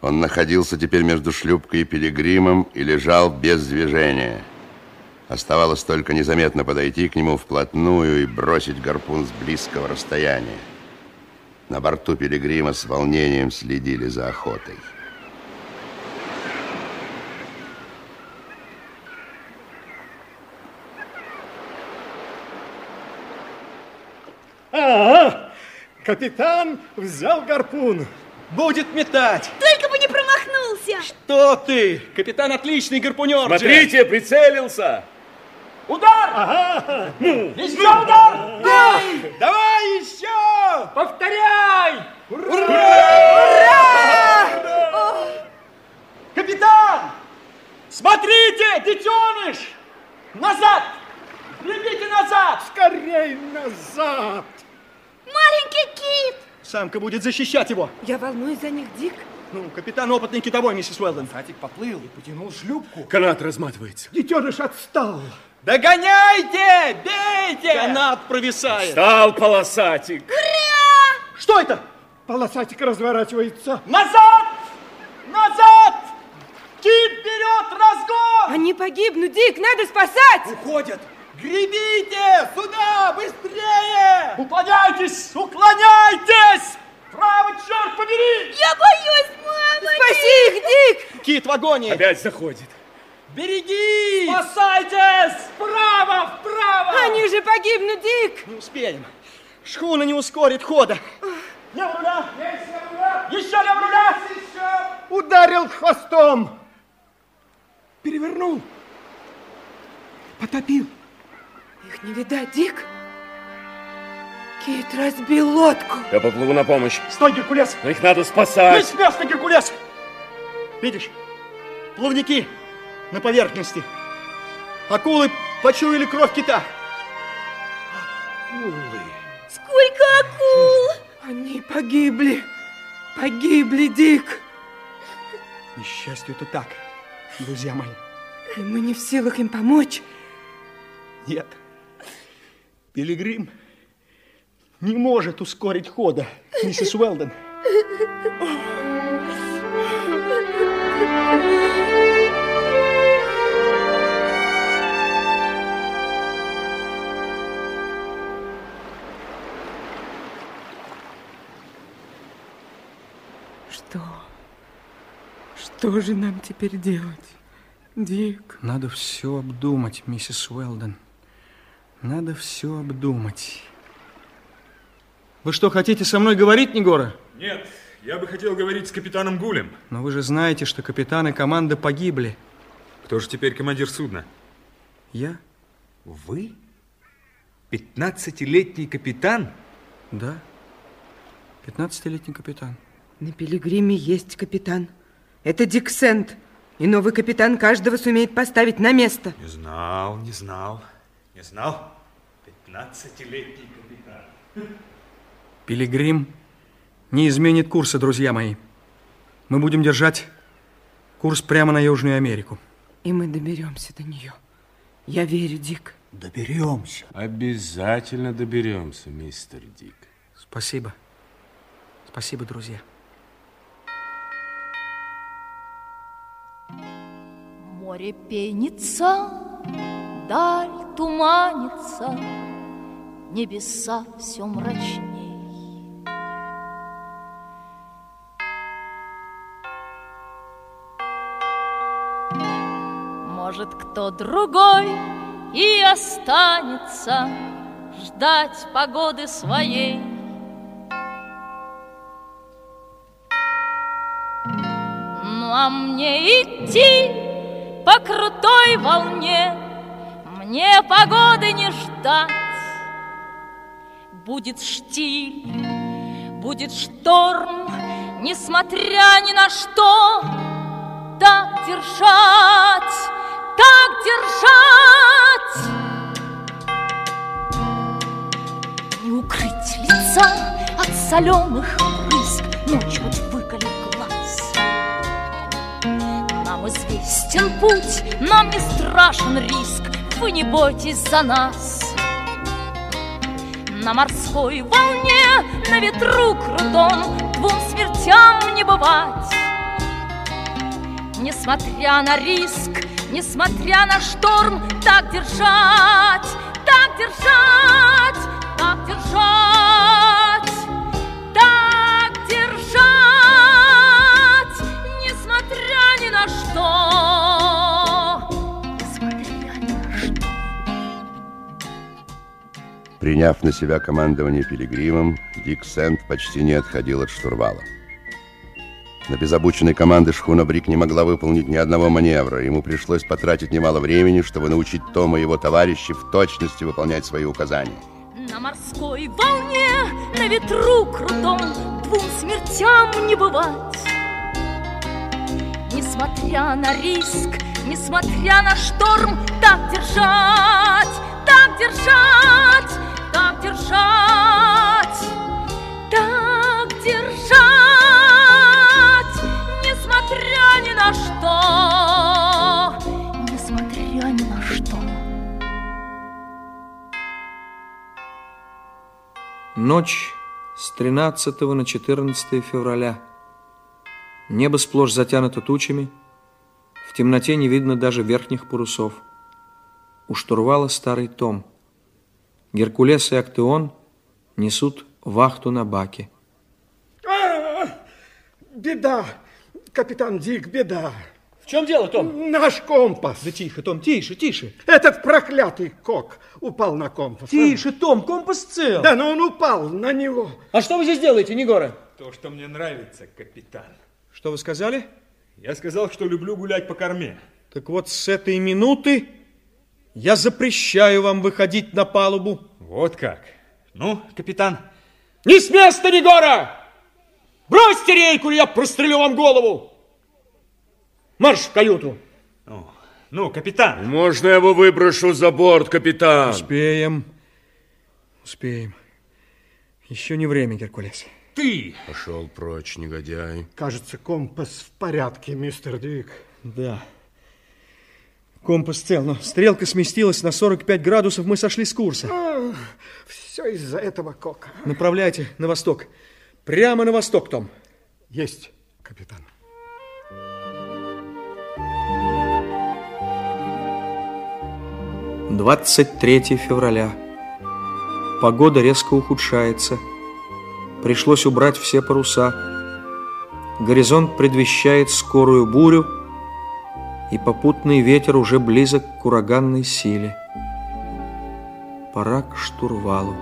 Speaker 2: Он находился теперь между шлюпкой и пилигримом и лежал без движения. Оставалось только незаметно подойти к нему вплотную и бросить гарпун с близкого расстояния. На борту пилигрима с волнением следили за охотой.
Speaker 18: Ага! Капитан взял гарпун.
Speaker 15: Будет метать!
Speaker 11: Только бы не промахнулся!
Speaker 15: Что ты? Капитан отличный гарпунер!
Speaker 10: Смотрите, прицелился!
Speaker 15: Удар!
Speaker 18: Ага! Ну!
Speaker 15: Еще удар! Давай еще! Повторяй! Ура! Ура! Капитан! Смотрите, детеныш! Назад! Гребите назад!
Speaker 18: Скорей назад!
Speaker 11: Маленький кит!
Speaker 15: Самка будет защищать его.
Speaker 24: Я волнуюсь за них, Дик.
Speaker 15: Ну, капитан опытный китовой, миссис Уэлден.
Speaker 18: Фатик поплыл и потянул шлюпку.
Speaker 15: Канат разматывается.
Speaker 18: Детеныш отстал.
Speaker 15: Догоняйте! Бейте! Канат провисает.
Speaker 10: Стал полосатик.
Speaker 11: Ура!
Speaker 15: Что это?
Speaker 18: Полосатик разворачивается.
Speaker 15: Назад! Назад! Кит вперед! Разгон!
Speaker 24: Они погибнут, Дик, надо спасать!
Speaker 15: Уходят! Гребите! Сюда! Быстрее! Уклоняйтесь! Уклоняйтесь! Право, черт побери!
Speaker 11: Я боюсь, мама!
Speaker 24: Спаси их, Дик!
Speaker 15: Кит в агонии!
Speaker 10: Опять заходит.
Speaker 15: Береги! Спасайтесь! Вправо! Вправо!
Speaker 24: Они же погибнут, Дик!
Speaker 15: Не успеем. Шхуна не ускорит хода. Лев руля! Еще лев руля!
Speaker 18: Ударил хвостом. Перевернул. Потопил.
Speaker 24: Их не видать, Дик. Кит разбил лодку.
Speaker 6: Я поплыву на помощь.
Speaker 15: Стой, Геркулес!
Speaker 6: Но их надо спасать.
Speaker 15: Есть место, Геркулес! Видишь, плавники на поверхности. Акулы почуяли кровь кита.
Speaker 11: Сколько акул!
Speaker 24: Они погибли. Погибли, Дик.
Speaker 15: К несчастью, это так, друзья мои.
Speaker 24: И мы не в силах им помочь.
Speaker 15: Нет. Пилигрим не может ускорить хода, миссис Уэлден.
Speaker 24: Что? Что же нам теперь делать, Дик?
Speaker 5: Надо все обдумать, миссис Уэлден. Надо все обдумать.
Speaker 15: Вы что, хотите со мной говорить, Негора?
Speaker 10: Нет, я бы хотел говорить с капитаном Гулем.
Speaker 5: Но вы же знаете, что капитан и команда погибли.
Speaker 7: Кто же теперь командир судна?
Speaker 5: Я?
Speaker 7: Вы? Пятнадцатилетний капитан?
Speaker 5: Да. Пятнадцатилетний капитан.
Speaker 13: На пилигриме есть капитан. Это Дик Сент. И новый капитан каждого сумеет поставить на место.
Speaker 7: Не знал, не знал, не знал. Пятнадцатилетний капитан.
Speaker 5: Пилигрим не изменит курса, друзья мои. Мы будем держать курс прямо на Южную Америку.
Speaker 13: И мы доберемся до нее. Я верю, Дик.
Speaker 5: Доберемся.
Speaker 9: Обязательно доберемся, мистер Дик.
Speaker 5: Спасибо. Спасибо, друзья.
Speaker 25: Море пенится, даль туманится, Небеса все мрачней. Может, кто другой и останется Ждать погоды своей. А мне идти по крутой волне, Мне погоды не ждать. Будет штиль, будет шторм, Несмотря ни на что, Так держать, так держать. Не укрыть лица от соленых брызг, Ночь хоть выколи глаз. Нам известен путь, нам не страшен риск, Вы не бойтесь за нас. На морской волне, на ветру крутом, Двум смертям не бывать. Несмотря на риск, несмотря на шторм, Так держать, так держать, так держать, так держать, несмотря ни на что.
Speaker 2: Приняв на себя командование пилигримом, Дик Сент почти не отходил от штурвала. Но без обученной команды шхуна Брик не могла выполнить ни одного маневра. Ему пришлось потратить немало времени, чтобы научить Тома и его товарищей в точности выполнять свои указания.
Speaker 25: На морской волне, на ветру крутом Двум смертям не бывать Несмотря на риск, несмотря на шторм Так держать, так держать, так держать Так держать, несмотря ни на что Несмотря ни на что
Speaker 5: Ночь с 13 на 14 февраля. Небо сплошь затянуто тучами. В темноте не видно даже верхних парусов. У штурвала старый том. Геркулес и Актеон несут вахту на баке.
Speaker 8: А, Беда, капитан Дик, беда.
Speaker 1: В чем дело, Том?
Speaker 8: Наш компас.
Speaker 1: Да тихо, Том, тише, тише.
Speaker 8: Этот проклятый кок упал на компас.
Speaker 1: Тише, Том, компас цел.
Speaker 8: Да, но он упал на него.
Speaker 1: А что вы здесь делаете, Негора?
Speaker 10: То, что мне нравится, капитан.
Speaker 1: Что вы сказали?
Speaker 10: Я сказал, что люблю гулять по корме.
Speaker 1: Так вот, с этой минуты я запрещаю вам выходить на палубу.
Speaker 10: Вот как. Ну, капитан.
Speaker 1: Не с места, Негора! Бросьте рейку, или я прострелю вам голову! Марш в каюту!
Speaker 10: Ну, капитан.
Speaker 6: Можно я его выброшу за борт, капитан?
Speaker 5: Успеем. Успеем. Еще не время, Геркулес.
Speaker 10: Ты!
Speaker 6: Пошел прочь, негодяй.
Speaker 8: Кажется, компас в порядке, мистер Дик.
Speaker 5: Да. Компас цел, но стрелка сместилась на 45 градусов, мы сошли с курса.
Speaker 8: Ах, все из-за этого кока.
Speaker 5: Направляйте на восток. Прямо на восток, Том.
Speaker 8: Есть, капитан.
Speaker 5: — 23 февраля. Погода резко ухудшается. Пришлось убрать все паруса. Горизонт предвещает скорую бурю, и попутный ветер уже близок к ураганной силе. Пора к штурвалу.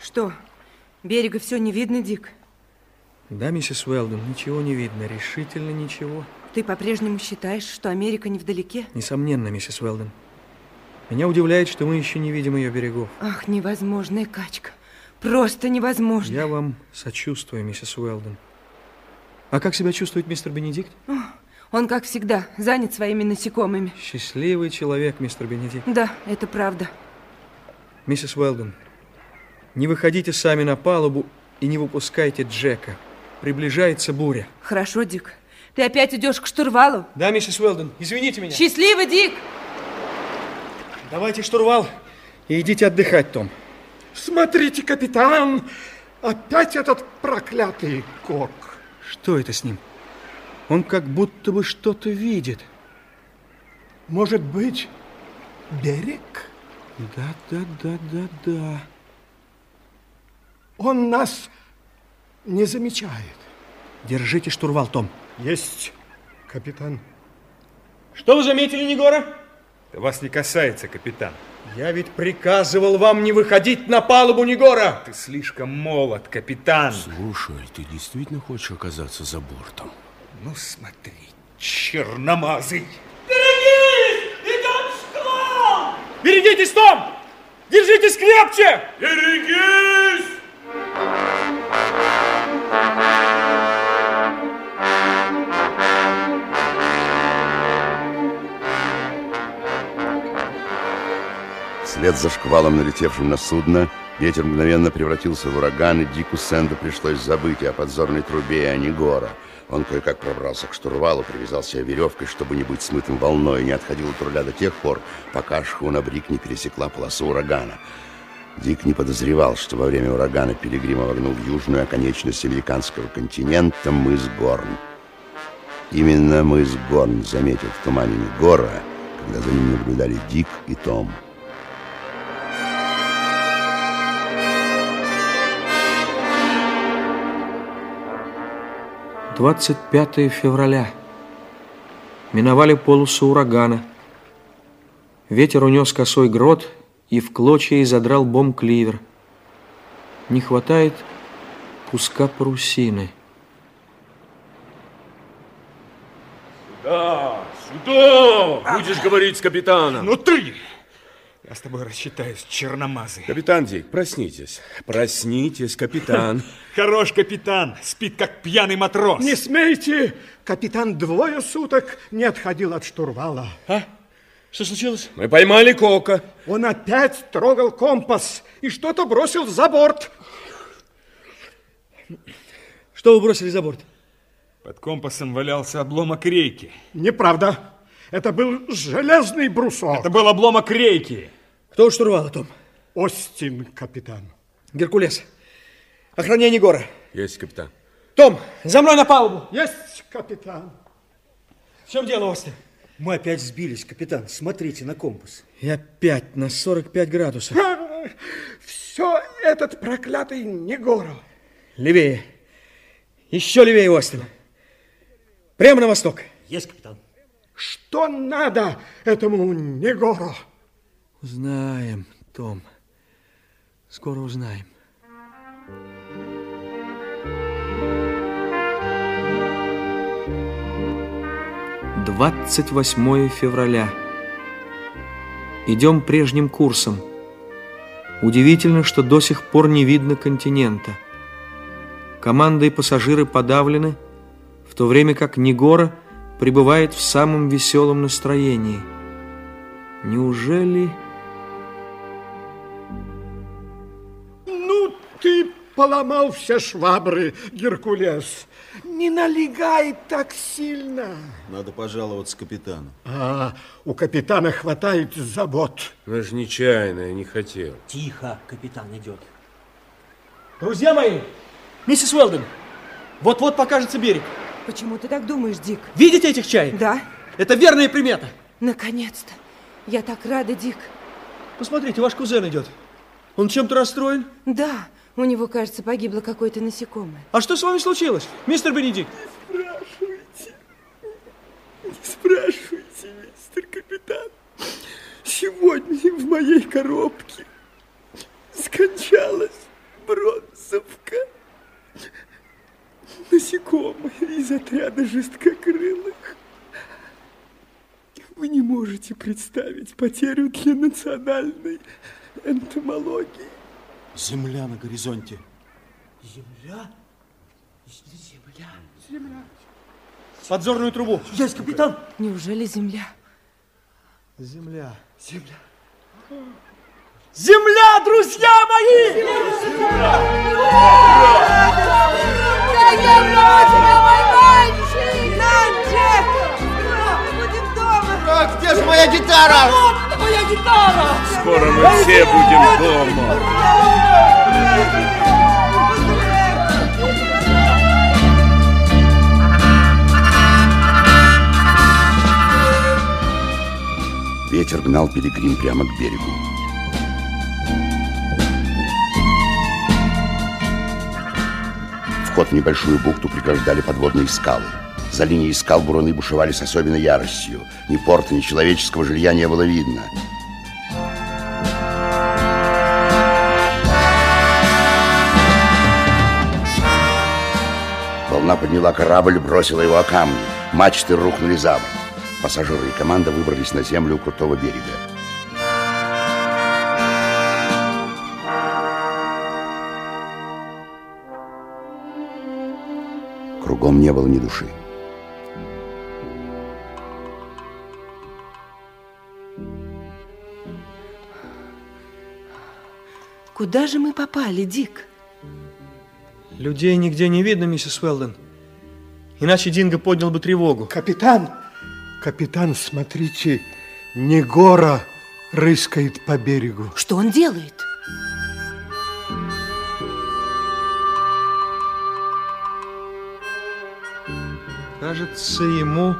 Speaker 13: Что, берега все не видно, Дик?
Speaker 5: Да, миссис Уэлдон, ничего не видно, решительно ничего.
Speaker 13: Ты по-прежнему считаешь, что Америка невдалеке?
Speaker 5: Несомненно, миссис Уэлдон. Меня удивляет, что мы еще не видим ее берегов.
Speaker 13: Ах, невозможная качка. Просто невозможно.
Speaker 5: Я вам сочувствую, миссис Уэлдон. А как себя чувствует мистер Бенедикт?
Speaker 13: Он, как всегда, занят своими насекомыми.
Speaker 5: Счастливый человек, мистер Бенедикт.
Speaker 13: Да, это правда.
Speaker 5: Миссис Уэлдон, не выходите сами на палубу и не выпускайте Джека. Приближается буря.
Speaker 13: Хорошо, Дик. Ты опять идешь к штурвалу?
Speaker 5: Да, миссис Уэлдон, извините меня.
Speaker 13: Счастливо, Дик!
Speaker 5: Давайте штурвал и идите отдыхать, Том.
Speaker 8: Смотрите, капитан, опять этот проклятый кок.
Speaker 5: Что это с ним? Он как будто бы что-то видит.
Speaker 8: Может быть, берег?
Speaker 5: Да, да, да, да, да.
Speaker 8: Он нас не замечает.
Speaker 5: Держите штурвал, Том.
Speaker 8: Есть, капитан.
Speaker 1: Что вы заметили, Негора?
Speaker 10: Это вас не касается, капитан.
Speaker 7: Я ведь приказывал вам не выходить на палубу Негора.
Speaker 10: Ты слишком молод, капитан.
Speaker 9: Слушай, ты действительно хочешь оказаться за бортом?
Speaker 10: Ну смотри, черномазый.
Speaker 15: Берегись! Идем шквал! Берегитесь, Том! Держитесь крепче!
Speaker 26: Берегись!
Speaker 2: Вслед за шквалом, налетевшим на судно, ветер мгновенно превратился в ураган, и Дику Сэнду пришлось забыть и о подзорной трубе, и о Негора. Он кое-как пробрался к штурвалу, привязал себя веревкой, чтобы не быть смытым волной, и не отходил от руля до тех пор, пока шхуна Брик не пересекла полосу урагана. Дик не подозревал, что во время урагана Пилигрим обогнул южную оконечность американского континента мыс Горн. Именно мыс Горн заметил в тумане Негора, когда за ним наблюдали Дик и Том.
Speaker 5: Двадцать 25 февраля. Миновали полосу урагана. Ветер унес косой грот и в клочья изодрал бомб-кливер. Не хватает куска парусины.
Speaker 27: Да, сюда! Будешь говорить с капитаном.
Speaker 10: Ну ты! Я с тобой рассчитаюсь, черномазый.
Speaker 9: Капитан Дик, проснитесь. Проснитесь, капитан.
Speaker 10: Хорош капитан, спит как пьяный матрос.
Speaker 18: Не смейте! Капитан двое суток не отходил от штурвала.
Speaker 9: А? Что случилось?
Speaker 18: Мы поймали Кока. Он опять трогал компас и что-то бросил за борт.
Speaker 9: Что вы бросили за борт?
Speaker 10: Под компасом валялся обломок рейки.
Speaker 18: Неправда. Это был железный брусок.
Speaker 10: Это был обломок рейки.
Speaker 9: Кто у штурвала, Том?
Speaker 18: Остин, капитан.
Speaker 9: Геркулес. Охранение гора.
Speaker 18: Есть, капитан.
Speaker 9: Том, за мной на палубу.
Speaker 18: Есть, капитан.
Speaker 9: В чем дело, Остин?
Speaker 25: Мы опять сбились, капитан. Смотрите на компас.
Speaker 9: И опять на 45 градусов.
Speaker 18: Все этот проклятый Негоро.
Speaker 9: Левее. Еще левее, Остин. Прямо на восток.
Speaker 25: Есть, капитан.
Speaker 18: Что надо этому Негору?
Speaker 5: Узнаем, Том. Скоро узнаем. Двадцать восьмое февраля. Идем прежним курсом. Удивительно, что до сих пор не видно континента. Команда и пассажиры подавлены, в то время как Негора – пребывает в самом веселом настроении. Неужели...
Speaker 18: Ну, ты поломал все швабры, Геркулес. Не налегай так сильно.
Speaker 25: Надо пожаловаться капитану.
Speaker 18: А, у капитана хватает забот.
Speaker 9: Она же нечаянно, я не хотел.
Speaker 25: Тихо, капитан идет.
Speaker 9: Друзья мои, миссис Уэлден, вот-вот покажется берег.
Speaker 13: Почему ты так думаешь, Дик?
Speaker 9: Видите этих чаек?
Speaker 13: Да.
Speaker 9: Это верная примета.
Speaker 13: Наконец-то. Я так рада, Дик.
Speaker 9: Посмотрите, ваш кузен идет. Он чем-то расстроен?
Speaker 13: Да. У него, кажется, погибло какое-то насекомое.
Speaker 9: А что с вами случилось, мистер Бенедикт?
Speaker 18: Не спрашивайте. Не спрашивайте, мистер капитан. Сегодня в моей коробке скончалась бронзовка насекомые из отряда жесткокрылых. Вы не можете представить потерю для национальной энтомологии.
Speaker 25: Земля на горизонте.
Speaker 18: Земля? Земля? Земля.
Speaker 9: Подзорную трубу.
Speaker 25: Есть, капитан.
Speaker 13: Неужели земля?
Speaker 9: Земля.
Speaker 18: Земля.
Speaker 15: Земля, друзья мои! Земля! земля! земля!
Speaker 17: Моя родина, мой мальчик! Нам, Джек! Будем дома!
Speaker 25: А где же моя гитара?
Speaker 17: Вот это моя гитара!
Speaker 2: Скоро мы все будем дома! Ветер гнал пилигрим прямо к берегу. вход в небольшую бухту преграждали подводные скалы. За линией скал буруны бушевали с особенной яростью. Ни порта, ни человеческого жилья не было видно. Волна подняла корабль и бросила его о камни. Мачты рухнули за борт. Пассажиры и команда выбрались на землю у крутого берега. Кругом не было ни души.
Speaker 13: Куда же мы попали, Дик?
Speaker 28: Людей нигде не видно, миссис Уэлден. Иначе Динго поднял бы тревогу.
Speaker 18: Капитан! Капитан, смотрите, Негора рыскает по берегу.
Speaker 13: Что он делает?
Speaker 5: Кажется, ему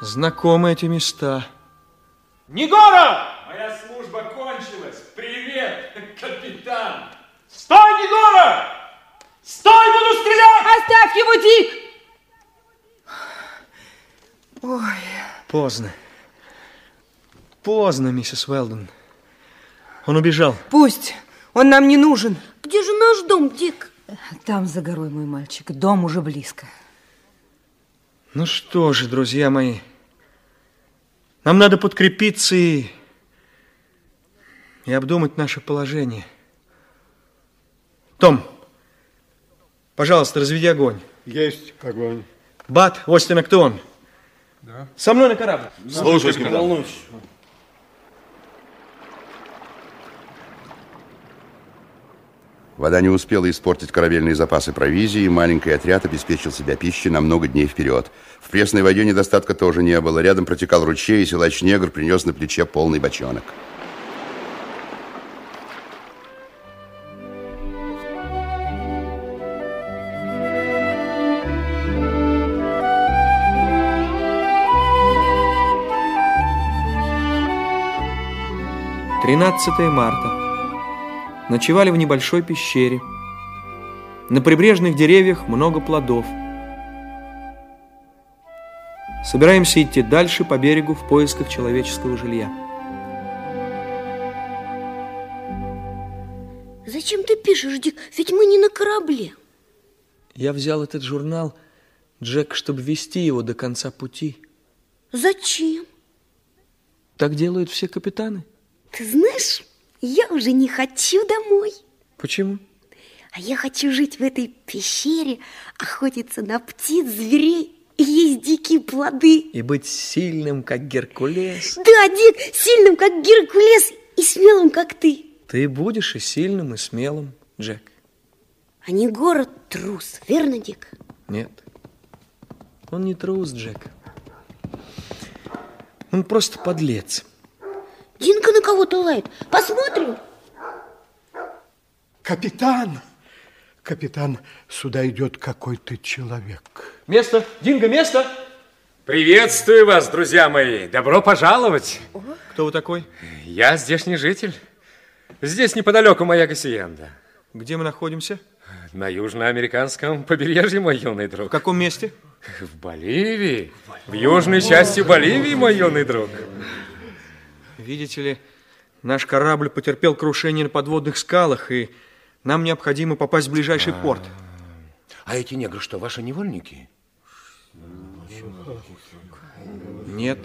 Speaker 5: знакомы эти места.
Speaker 1: Негора!
Speaker 4: Моя служба кончилась. Привет, капитан.
Speaker 1: Стой, Негора! Стой, буду стрелять!
Speaker 29: Оставь его, Дик!
Speaker 13: Ой,
Speaker 5: Поздно. Поздно, миссис Уэлден. Он убежал.
Speaker 13: пусть. Он нам не нужен.
Speaker 30: Где же наш дом, Дик?
Speaker 29: Там за горой, мой мальчик. Дом уже близко.
Speaker 5: Ну что же, друзья мои, нам надо подкрепиться и... и обдумать наше положение. Том, пожалуйста, разведи огонь.
Speaker 18: Есть огонь.
Speaker 5: Бат, Остина, кто он?
Speaker 18: Да.
Speaker 5: Со мной Ну, на корабль.
Speaker 18: Слушаюсь, капитан.
Speaker 2: Вода не успела испортить корабельные запасы провизии, и маленький отряд обеспечил себя пищей на много дней вперед. В пресной воде недостатка тоже не было. Рядом протекал ручей, и силач-негр принес на плече полный бочонок.
Speaker 5: Тринадцатое марта. Ночевали в небольшой пещере. На прибрежных деревьях много плодов. Собираемся идти дальше по берегу в поисках человеческого жилья.
Speaker 30: Зачем ты пишешь, Дик? Ведь мы не на корабле.
Speaker 5: Я взял этот журнал, Джек, чтобы вести его до конца пути.
Speaker 30: Зачем?
Speaker 5: Так делают все капитаны.
Speaker 30: Ты знаешь, я уже не хочу домой.
Speaker 5: Почему?
Speaker 30: А я хочу жить в этой пещере, охотиться на птиц, зверей и есть дикие плоды.
Speaker 5: И быть сильным, как Геркулес.
Speaker 30: Да, Дик, сильным, как Геркулес, и смелым, как ты.
Speaker 5: Ты будешь и сильным, и смелым, Джек.
Speaker 30: А не город трус, верно, Дик?
Speaker 5: Нет. Он не трус, Джек. Он просто подлец.
Speaker 30: Динка на кого-то лает. Посмотрим.
Speaker 18: Капитан! Капитан, сюда идет какой-то человек.
Speaker 1: Место! Динго, место! Приветствую вас, друзья мои! Добро пожаловать!
Speaker 5: Кто вы такой?
Speaker 4: Я здешний житель. Здесь неподалеку моя гасиенда.
Speaker 5: Где мы находимся?
Speaker 4: На южноамериканском побережье, мой юный друг. В
Speaker 5: каком месте?
Speaker 4: В Боливии. В южной части Боливии, мой юный друг.
Speaker 5: Видите ли, наш корабль потерпел крушение на подводных скалах, и нам необходимо попасть в ближайший порт.
Speaker 24: А эти негры что, ваши невольники?
Speaker 5: Нет,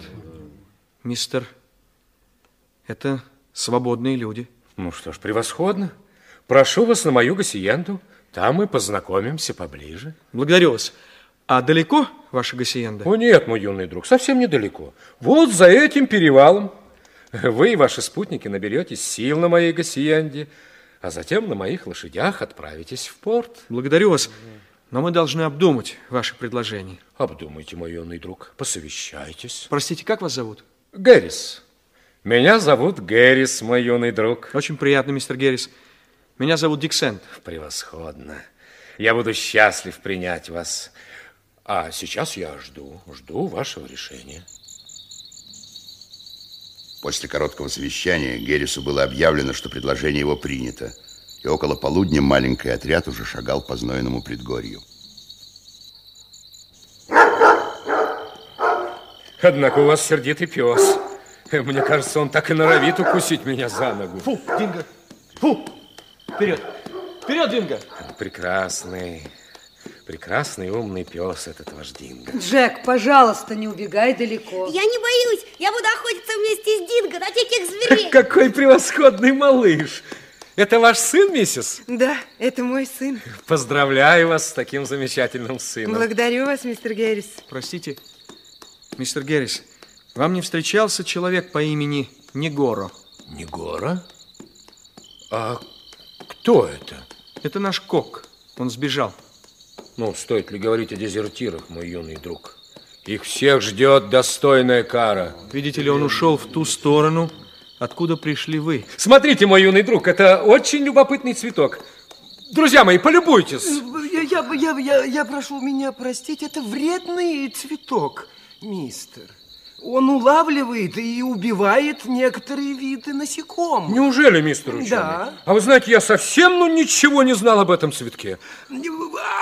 Speaker 5: мистер, это свободные люди.
Speaker 4: Ну что ж, превосходно. Прошу вас на мою гасиенду. Там мы познакомимся поближе.
Speaker 5: Благодарю вас. А далеко ваша гасиенда?
Speaker 4: О нет, мой юный друг, совсем недалеко. Вот за этим перевалом. Вы и ваши спутники наберетесь сил на моей гасиенде, а затем на моих лошадях отправитесь в порт.
Speaker 5: Благодарю вас, но мы должны обдумать ваше предложение.
Speaker 4: Обдумайте, мой юный друг, посовещайтесь.
Speaker 5: Простите, как вас зовут?
Speaker 4: Гэрис. Меня зовут Гэрис, мой юный друг.
Speaker 5: Очень приятно, мистер Геррис. Меня зовут Диксент.
Speaker 4: Превосходно. Я буду счастлив принять вас. А сейчас я жду, жду вашего решения.
Speaker 2: После короткого совещания Геррису было объявлено, что предложение его принято. И около полудня маленький отряд уже шагал по знойному предгорью.
Speaker 4: Однако у вас сердитый пес. Мне кажется, он так и норовит укусить меня за ногу.
Speaker 10: Фу, Динго! Фу! Вперед! Вперед, Динго!
Speaker 4: Прекрасный, прекрасный умный пес этот ваш Динго.
Speaker 1: Джек, пожалуйста, не убегай далеко.
Speaker 11: Я не боюсь, я буду охотиться вместе с Динго на диких зверей.
Speaker 4: Какой превосходный малыш! Это ваш сын, миссис?
Speaker 13: Да, это мой сын.
Speaker 4: Поздравляю вас с таким замечательным сыном.
Speaker 13: Благодарю вас, мистер Геррис.
Speaker 5: Простите, мистер Геррис, вам не встречался человек по имени Негоро?
Speaker 4: Негора? А кто это?
Speaker 5: Это наш кок. Он сбежал.
Speaker 4: Ну, стоит ли говорить о дезертирах, мой юный друг? Их всех ждет достойная кара.
Speaker 5: Видите ли, он ушел в ту сторону, откуда пришли вы.
Speaker 4: Смотрите, мой юный друг, это очень любопытный цветок. Друзья мои, полюбуйтесь.
Speaker 8: Ну, Я, я, я, я, я прошу меня простить, это вредный цветок, мистер. Он улавливает и убивает некоторые виды насекомых.
Speaker 4: Неужели, мистер ученый?
Speaker 8: Да.
Speaker 4: А вы знаете, я совсем ну ничего не знал об этом цветке.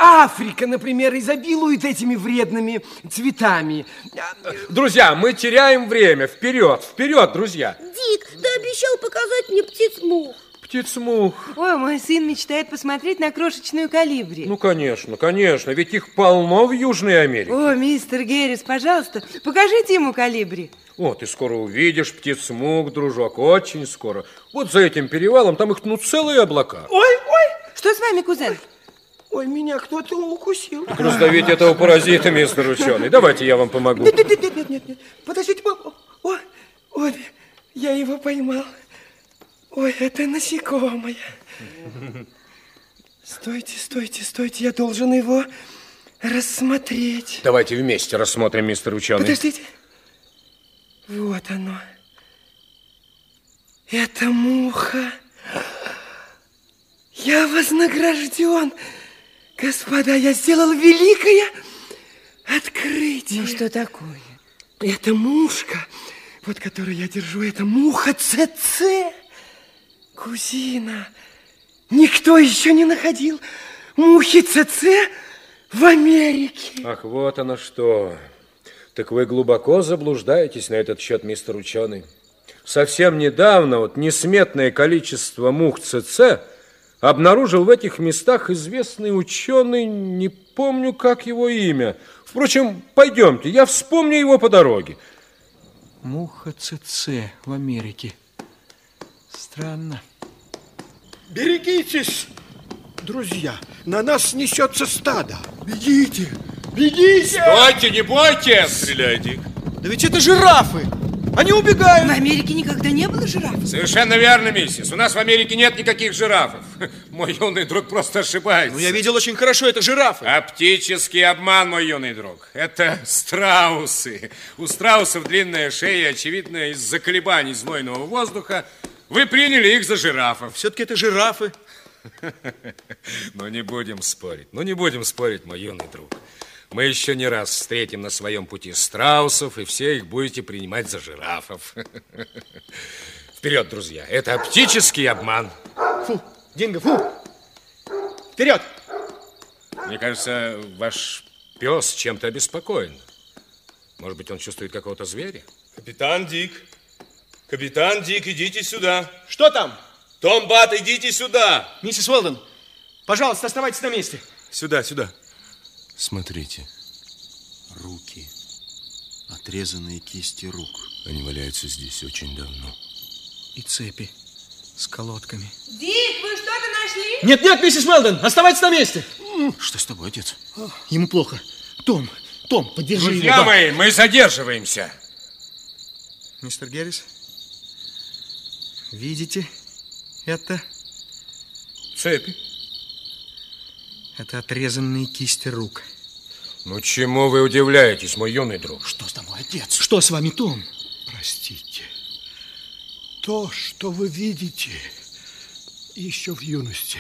Speaker 8: Африка, например, изобилует этими вредными цветами.
Speaker 4: А, Друзья, мы теряем время. Вперед, вперед, друзья.
Speaker 11: Дик, ты обещал показать мне птиц-мух.
Speaker 4: Птиц-мух.
Speaker 13: Ой, мой сын мечтает посмотреть на крошечную калибри.
Speaker 4: Ну, конечно, конечно, ведь их полно в Южной Америке.
Speaker 13: О, мистер Геррис, пожалуйста, покажите ему калибри.
Speaker 4: О, ты скоро увидишь птиц-мух, дружок, очень скоро. Вот за этим перевалом там их ну целые облака.
Speaker 8: Ой, ой!
Speaker 13: Что с вами, кузен?
Speaker 8: Ой, меня кто-то укусил.
Speaker 4: Так раздавить этого паразита, мистер ученый. Давайте я вам помогу.
Speaker 8: Нет, нет, нет, нет, нет, нет. Подождите, папа. Ой, ой, я его поймал. Ой, это насекомое. Стойте, стойте, стойте, я должен его рассмотреть.
Speaker 4: Давайте вместе рассмотрим, мистер ученый.
Speaker 8: Подождите. Вот оно. Это муха. Я вознагражден. Господа, я сделал великое открытие.
Speaker 13: Ну что такое?
Speaker 8: Это мушка, вот которую я держу, это муха ЦЦ. Кузина, никто еще не находил мухи ЦЦ в Америке.
Speaker 4: Ах, вот оно что. Так вы глубоко заблуждаетесь на этот счет, мистер ученый. Совсем недавно вот несметное количество мух ЦЦ обнаружил в этих местах известный ученый, не помню, как его имя. Впрочем, пойдемте, я вспомню его по дороге.
Speaker 5: Муха ЦЦ в Америке. Странно.
Speaker 18: Берегитесь, друзья, на нас несется стадо. Бегите, бегите!
Speaker 15: Стойте, не бойтесь! Стреляй, Дик.
Speaker 10: Да ведь это жирафы! Они убегают!
Speaker 13: В Америке никогда не было жирафов.
Speaker 15: Совершенно верно, миссис. У нас в Америке нет никаких жирафов. Мой юный друг просто ошибается.
Speaker 10: Ну, я видел очень хорошо, это жирафы.
Speaker 15: Оптический обман, мой юный друг. Это страусы. У страусов длинная шея, очевидно, из-за колебаний знойного воздуха. Вы приняли их за жирафов.
Speaker 10: Все-таки это жирафы.
Speaker 15: Ну, не будем спорить. Ну, не будем спорить, мой юный друг. Мы еще не раз встретим на своем пути страусов, и все их будете принимать за жирафов. Вперед, друзья, это оптический обман.
Speaker 10: Фу, Динго, фу! Вперед!
Speaker 15: Мне кажется, ваш пес чем-то обеспокоен. Может быть, он чувствует какого-то зверя?
Speaker 9: Капитан Дик, капитан Дик, идите сюда.
Speaker 10: Что там?
Speaker 9: Том Бат, идите сюда.
Speaker 10: Миссис Уэлден, пожалуйста, оставайтесь на месте.
Speaker 9: Сюда, сюда.
Speaker 18: Смотрите. Руки. Отрезанные кисти рук. Они валяются здесь очень давно.
Speaker 5: И цепи с колодками.
Speaker 31: Дик, вы что-то нашли?
Speaker 10: Нет, нет, миссис Уэлден, оставайтесь на месте.
Speaker 18: Что с тобой, отец?
Speaker 32: Ему плохо. Том, Том, поддержи
Speaker 15: Друзья
Speaker 32: его.
Speaker 15: мои, мы задерживаемся.
Speaker 5: Мистер Геррис, видите это?
Speaker 15: Цепи.
Speaker 5: Это отрезанные кисти рук.
Speaker 15: Ну, чему вы удивляетесь, мой юный друг?
Speaker 32: Что с тобой, отец?
Speaker 5: Что с вами, Том?
Speaker 18: Простите. То, что вы видите, еще в юности,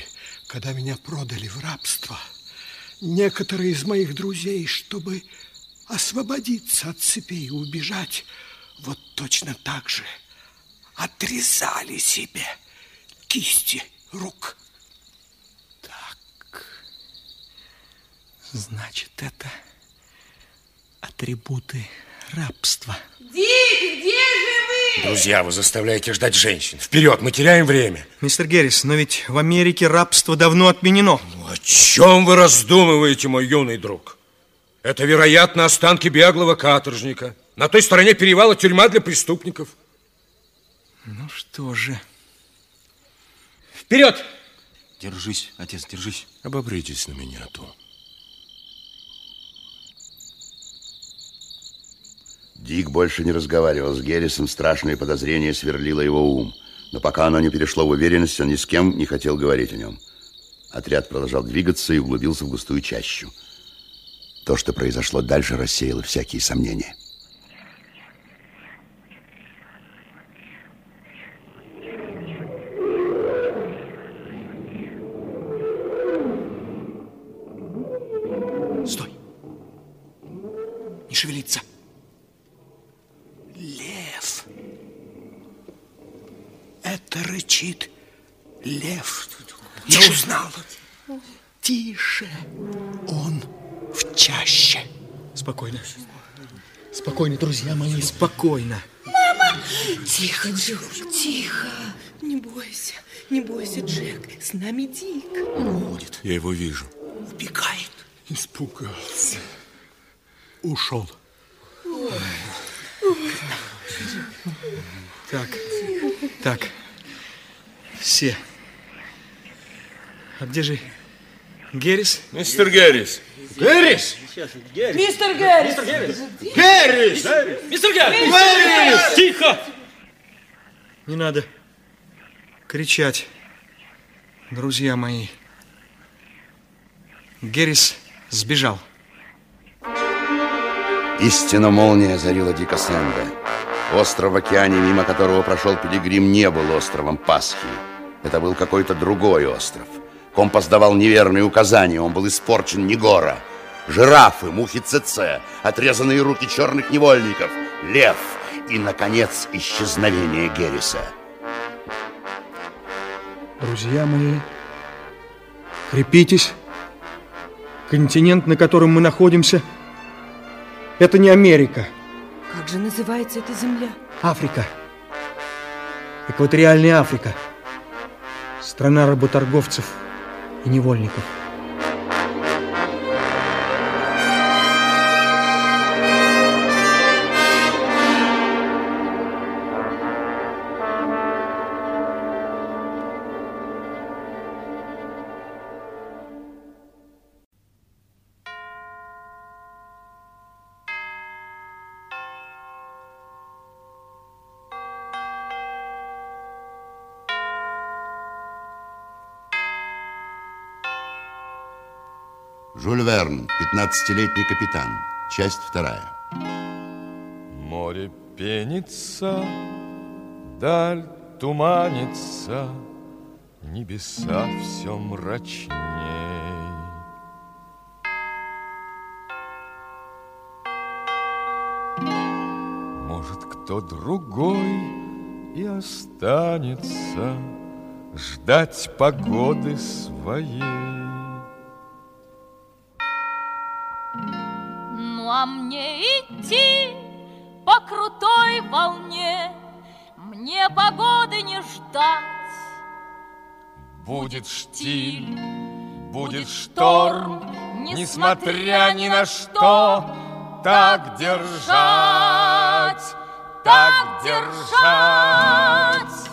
Speaker 18: когда меня продали в рабство, некоторые из моих друзей, чтобы освободиться от цепей и убежать, вот точно так же отрезали себе кисти рук.
Speaker 5: Так. Значит, это атрибуты
Speaker 10: рабства.
Speaker 33: Дик, где же вы?
Speaker 4: Друзья, вы заставляете ждать женщин. Вперед, мы теряем время.
Speaker 5: Мистер Геррис, но ведь в Америке рабство давно отменено.
Speaker 4: Ну, О чем вы раздумываете, мой юный друг? Это, вероятно, останки беглого каторжника. На той стороне перевала тюрьма для преступников.
Speaker 5: Ну что же.
Speaker 15: Вперед!
Speaker 9: Держись, отец, держись.
Speaker 4: Обобритесь на меня, то.
Speaker 2: Дик больше не разговаривал с Геррисом, страшное подозрение сверлило его ум. Но пока оно не перешло в уверенность, он ни с кем не хотел говорить о нем. Отряд продолжал двигаться и углубился в густую чащу. То, что произошло дальше, рассеяло всякие сомнения.
Speaker 18: Стой. Не шевелиться. Лев. Это рычит лев. Я узнал. Тише. Он в чаще.
Speaker 5: Спокойно. Спокойно, друзья мои, спокойно.
Speaker 13: Тихо, Джек, тихо. Не бойся, не бойся, Джек. С нами Дик. Ну,
Speaker 4: Я его вижу.
Speaker 18: Убегает.
Speaker 10: Испугался. Ушел.
Speaker 5: Так, так. Все. А где же Геррис?
Speaker 34: Мистер Геррис.
Speaker 15: Геррис!
Speaker 13: Мистер Геррис!
Speaker 15: Мистер Геррис!
Speaker 5: Геррис!
Speaker 15: Мистер Геррис!
Speaker 5: Геррис!
Speaker 15: Тихо!
Speaker 5: Не надо кричать, друзья мои. Геррис сбежал.
Speaker 2: Истинно молния озарила Дика Сэнда. Остров в океане, мимо которого прошел Пилигрим, не был островом Пасхи. Это был какой-то другой остров. Компас давал неверные указания, он был испорчен Негора. Жирафы, мухи ЦЦ, отрезанные руки черных невольников, лев и, наконец, исчезновение Герриса.
Speaker 5: Друзья мои, крепитесь. Континент, на котором мы находимся, это не Америка,
Speaker 13: Как же называется эта земля?
Speaker 5: Африка. Экваториальная Африка. Страна работорговцев и невольников.
Speaker 2: Жюль Верн, 15-летний капитан. Часть вторая.
Speaker 3: Море пенится, даль туманится, Небеса все мрачней. Может, кто другой и останется Ждать погоды своей.
Speaker 25: Ну а мне идти по крутой волне, Мне погоды не ждать.
Speaker 3: Будет штиль, будет шторм, Несмотря ни на что, Так держать, так держать.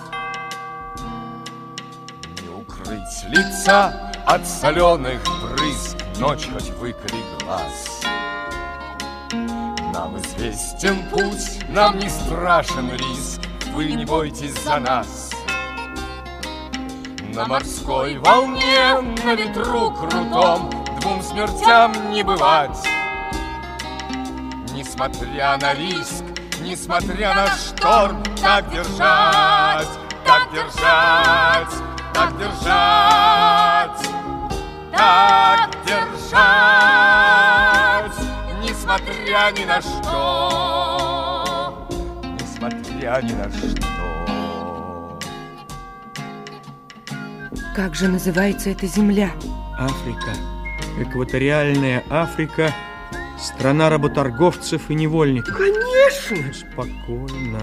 Speaker 3: Не укрыть лица от соленых брызг, Ночь хоть выколи глаз. Нам известен путь, нам не страшен риск, Вы не бойтесь за нас. На морской волне, на ветру крутом Двум смертям не бывать Несмотря на риск, несмотря на шторм Так держать, так держать, так держать Так держать Несмотря ни на что Несмотря ни на что
Speaker 13: Как же называется эта земля?
Speaker 5: Африка. Экваториальная Африка. Страна работорговцев и невольников.
Speaker 18: Конечно!
Speaker 5: Спокойно.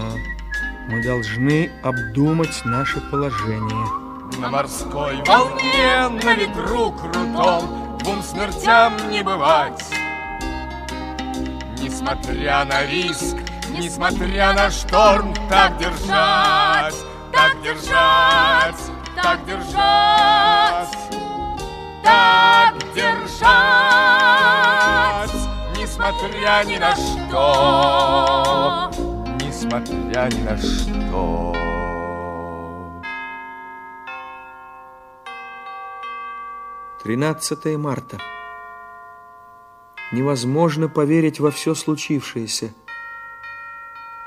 Speaker 5: Мы должны обдумать наше положение.
Speaker 3: На морской волне, на ветру крутом Двум смертям не бывать Несмотря на риск, несмотря на шторм Так держать, так держать, так держать Так держать Несмотря ни на что Несмотря ни на что
Speaker 5: Тринадцатое марта. Невозможно поверить во все случившееся.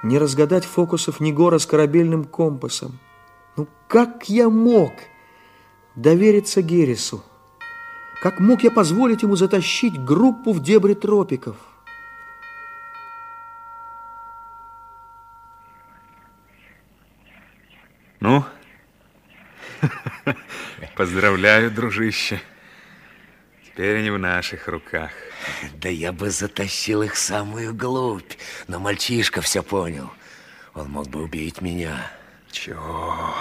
Speaker 5: Не разгадать фокусов Негора с корабельным компасом. Ну как я мог довериться Гересу? Как мог я позволить ему затащить группу в дебри тропиков?
Speaker 7: Ну? Поздравляю, дружище. Теперь они в наших руках.
Speaker 28: Да я бы затащил их в самую глубь, но мальчишка все понял. Он мог бы убить меня.
Speaker 7: Чего?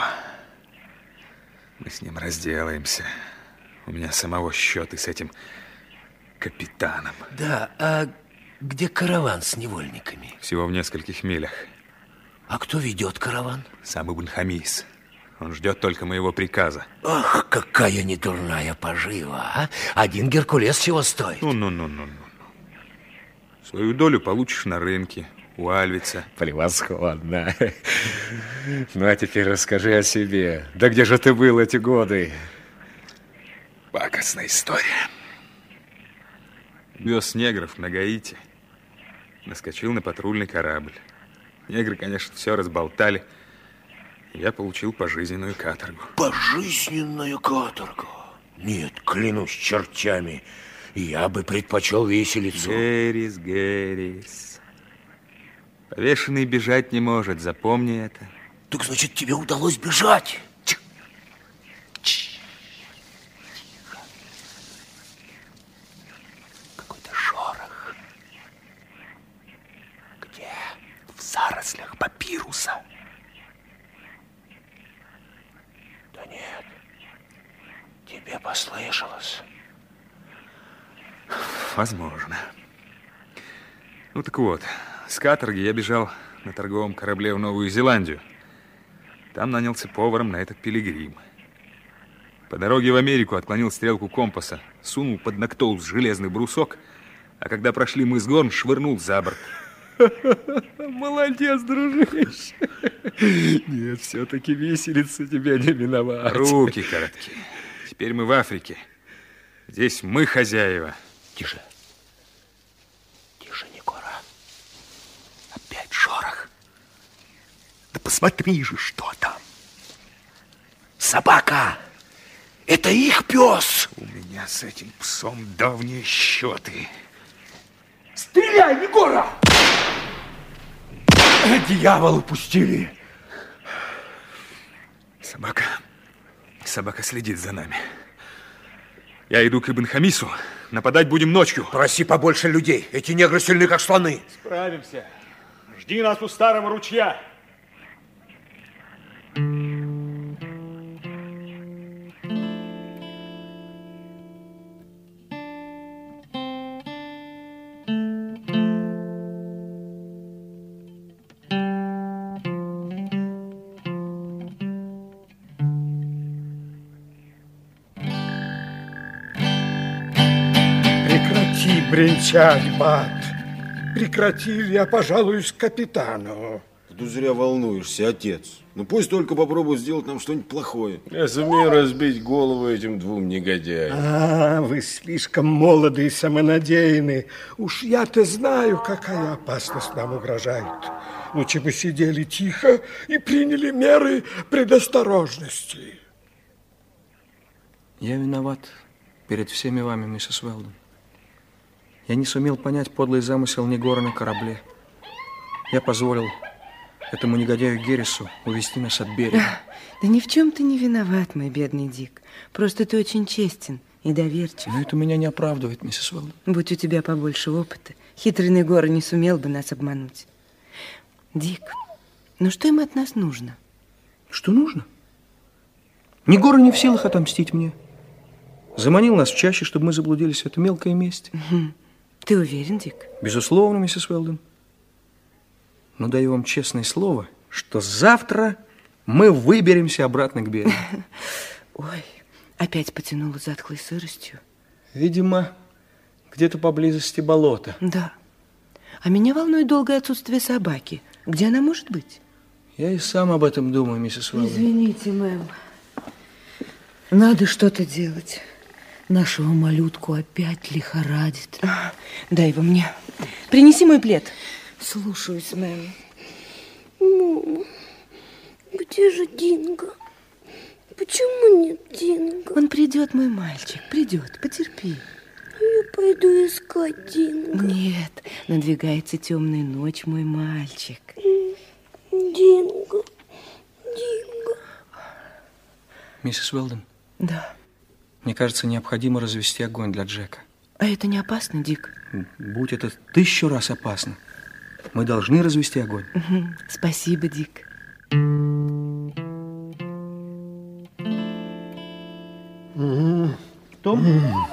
Speaker 7: Мы с ним разделаемся. У меня самого счеты с этим капитаном.
Speaker 28: Да, а где караван с невольниками?
Speaker 7: Всего в нескольких милях.
Speaker 28: А кто ведет караван?
Speaker 7: Сам Ибн Хамис. Он ждет только моего приказа.
Speaker 28: Ах, какая недурная пожива, а? Один Геркулес чего стоит?
Speaker 7: Ну, Ну-ну-ну-ну-ну. Свою долю получишь на рынке, у Альвица.
Speaker 28: Превосходно. Ну, а теперь расскажи о себе. Да где же ты был эти годы?
Speaker 7: Пакостная история. Вез негров на Гаити. Наскочил на патрульный корабль. Негры, конечно, все разболтали. Я получил пожизненную каторгу.
Speaker 28: Пожизненную каторгу? Нет, клянусь чертями, я бы предпочел виселицу.
Speaker 7: Геррис, Геррис. Повешенный бежать не может, запомни это.
Speaker 28: Так значит, тебе удалось бежать? Тих. Тих. Какой-то шорох. Где? В зарослях папируса. нет. Тебе послышалось.
Speaker 7: Возможно. Ну так вот, с каторги я бежал на торговом корабле в Новую Зеландию. Там нанялся поваром на этот пилигрим. По дороге в Америку отклонил стрелку компаса, сунул под Нактоус железный брусок, а когда прошли мыс Горн, швырнул за борт.
Speaker 18: Молодец, дружище. Нет, все-таки виселица тебя не виноват.
Speaker 7: Руки коротки. Теперь мы в Африке. Здесь мы хозяева.
Speaker 28: Тише. Тише, Никора. Опять шорох. Да посмотри же, что там. Собака! Это их пес!
Speaker 7: У меня с этим псом давние счеты.
Speaker 18: Стреляй, Никора! Дьявола пустили.
Speaker 7: Собака. Собака следит за нами. Я иду к Ибн Хамису. Нападать будем ночью.
Speaker 28: Проси побольше людей. Эти негры сильны, как слоны.
Speaker 10: Справимся. Жди нас у старого ручья.
Speaker 18: Прекрати бренчать, бат. Прекрати, я пожалуюсь капитану.
Speaker 35: Ну, Ты зря волнуешься, отец. Ну пусть только попробуют сделать нам что-нибудь плохое.
Speaker 9: Я сумею разбить голову этим двум негодяям.
Speaker 18: А, вы слишком молоды и самонадеянны. Уж я-то знаю, какая опасность нам угрожает. Лучше бы сидели тихо и приняли меры предосторожности.
Speaker 5: Я виноват перед всеми вами, миссис Уэлдон. Я не сумел понять подлый замысел Негора на корабле. Я позволил этому негодяю Геррису увести нас от берега.
Speaker 13: Да ни в чем ты не виноват, мой бедный Дик. Просто ты очень честен и доверчив.
Speaker 5: Но это меня не оправдывает, миссис Уэлдон.
Speaker 13: Будь у тебя побольше опыта, хитрый Негора не сумел бы нас обмануть. Дик, ну что им от нас нужно?
Speaker 5: Что нужно? Негора не в силах отомстить мне. Заманил нас в чаще, чтобы мы заблудились. Это мелкая месть.
Speaker 13: Ты уверен, Дик?
Speaker 5: Безусловно, миссис Уэлдон. Но даю вам честное слово, что завтра мы выберемся обратно к берегу.
Speaker 13: Ой, опять потянуло затхлой сыростью.
Speaker 5: Видимо, где-то поблизости болото.
Speaker 13: Да. А меня волнует долгое отсутствие собаки. Где она может быть?
Speaker 5: Я и сам об этом думаю, миссис Уэллон.
Speaker 17: Извините, мэм. Надо что-то делать. Нашего малютку опять лихорадит.
Speaker 13: А, дай его мне. Принеси мой плед.
Speaker 17: Слушаюсь, мэм.
Speaker 11: Мама, где же Динго? Почему нет Динго?
Speaker 13: Он придет, мой мальчик, придет, потерпи.
Speaker 17: А
Speaker 11: Я пойду искать Динго.
Speaker 13: Нет, надвигается темная ночь, мой мальчик.
Speaker 11: Динго, Динго.
Speaker 5: Миссис Уэлден?
Speaker 13: Да.
Speaker 5: Мне кажется, необходимо развести огонь для Джека.
Speaker 13: А это не опасно, Дик?
Speaker 5: Будь это тысячу раз опасно. Мы должны развести огонь.
Speaker 13: Угу. Спасибо, Дик.
Speaker 5: М-м. Том?
Speaker 18: М-м.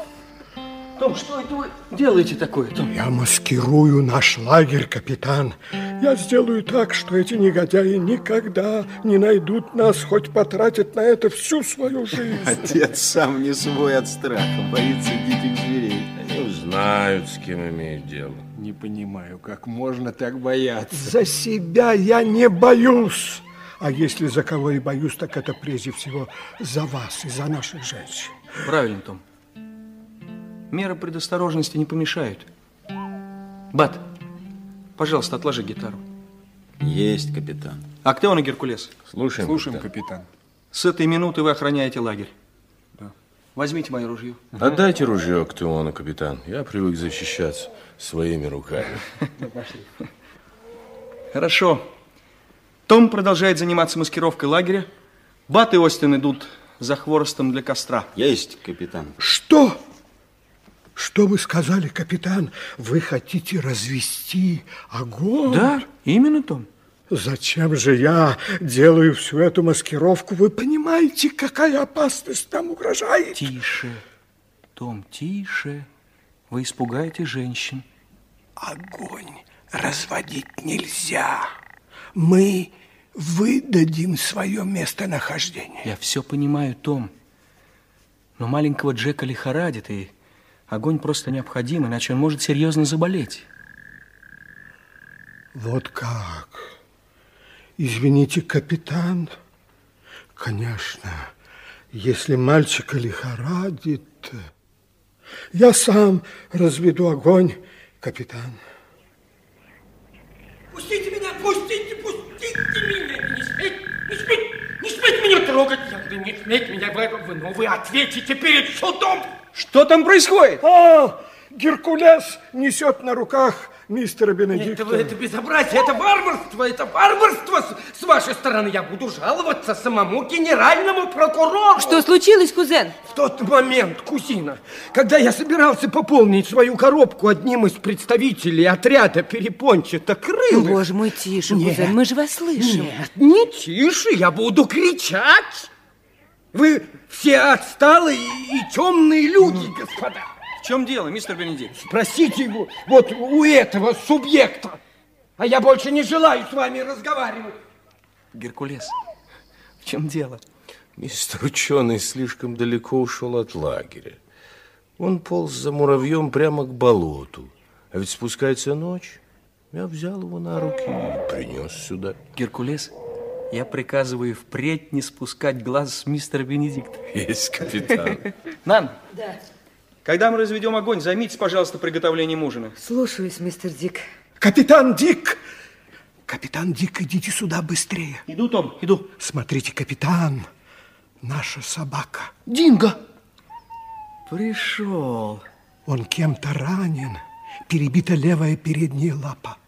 Speaker 5: Том, что это вы делаете такое, Том?
Speaker 18: Я маскирую наш лагерь, капитан. Я сделаю так, что эти негодяи никогда не найдут нас, хоть потратят на это всю свою жизнь.
Speaker 3: Отец сам не свой от страха, боится диких зверей. А
Speaker 9: Ну, знают, с кем имеют дело.
Speaker 3: Не понимаю, как можно так бояться.
Speaker 18: За себя я не боюсь. А если за кого и боюсь, так это прежде всего за вас и за наших женщин.
Speaker 5: Правильно, Том. Меры предосторожности не помешают. Бат, пожалуйста, отложи гитару.
Speaker 3: Есть, капитан.
Speaker 5: Актеон и Геркулес.
Speaker 9: Слушаем,
Speaker 3: Слушаем, капитан.
Speaker 5: С этой минуты вы охраняете лагерь. Возьмите мое ружье.
Speaker 9: Отдайте ружье Актеону, капитан. Я привык защищаться своими руками.
Speaker 5: Хорошо. Том продолжает заниматься маскировкой лагеря. Бат и Остин идут за хворостом для костра.
Speaker 3: Есть, капитан.
Speaker 18: Что? Что вы сказали, капитан? Вы хотите развести огонь?
Speaker 5: Да, именно, Том.
Speaker 18: Зачем же я делаю всю эту маскировку? Вы понимаете, какая опасность нам угрожает?
Speaker 5: Тише, Том, тише. Вы испугаете женщин.
Speaker 36: Огонь разводить нельзя. Мы выдадим свое местонахождение.
Speaker 5: Я все понимаю, Том. Но маленького Джека лихорадит, и огонь просто необходим, иначе он может серьезно заболеть.
Speaker 18: Вот как? Извините, капитан. Конечно, если мальчика лихорадит... Я сам разведу огонь, капитан.
Speaker 28: Пустите меня, пустите, пустите меня! Не смейте, не смейте, не смейте меня трогать! Вы не смейте меня, вы, но вы ответите перед судом!
Speaker 5: Что там происходит?
Speaker 18: О, А, Геркулес несет на руках мистера
Speaker 28: Это,
Speaker 18: Бенедикта.
Speaker 28: вы- это безобразие, это варварство, это варварство с, с вашей стороны. Я буду жаловаться самому генеральному прокурору.
Speaker 13: Что случилось, кузен?
Speaker 28: В тот момент, кузина, когда я собирался пополнить свою коробку одним из представителей отряда перепончато
Speaker 13: Ну,
Speaker 28: крылых...
Speaker 13: боже мой, тише,
Speaker 28: Нет.
Speaker 13: кузен, мы же вас слышим.
Speaker 28: Нет, не тише, я буду кричать. Вы все отсталые и темные люди, господа.
Speaker 5: Ну, В чем дело, мистер Бенедикт?
Speaker 28: Спросите его вот у этого субъекта. А я больше не желаю с вами разговаривать.
Speaker 5: Геркулес, в чем дело?
Speaker 9: Мистер ученый слишком далеко ушел от лагеря. Он полз за муравьем прямо к болоту. А ведь спускается ночь. Я взял его на руки и принес сюда.
Speaker 5: Геркулес, я приказываю впредь не спускать глаз с мистера Бенедикта.
Speaker 9: Есть, капитан.
Speaker 5: Нан,
Speaker 17: Да.
Speaker 5: когда мы разведем огонь, займитесь, пожалуйста, приготовлением ужина.
Speaker 17: Слушаюсь, мистер Дик.
Speaker 18: Капитан Дик! Капитан Дик, идите сюда быстрее.
Speaker 5: Иду, Том, иду.
Speaker 18: Смотрите, капитан, наша собака. Динго!
Speaker 5: Пришел.
Speaker 18: Он кем-то ранен. Перебита левая передняя лапа.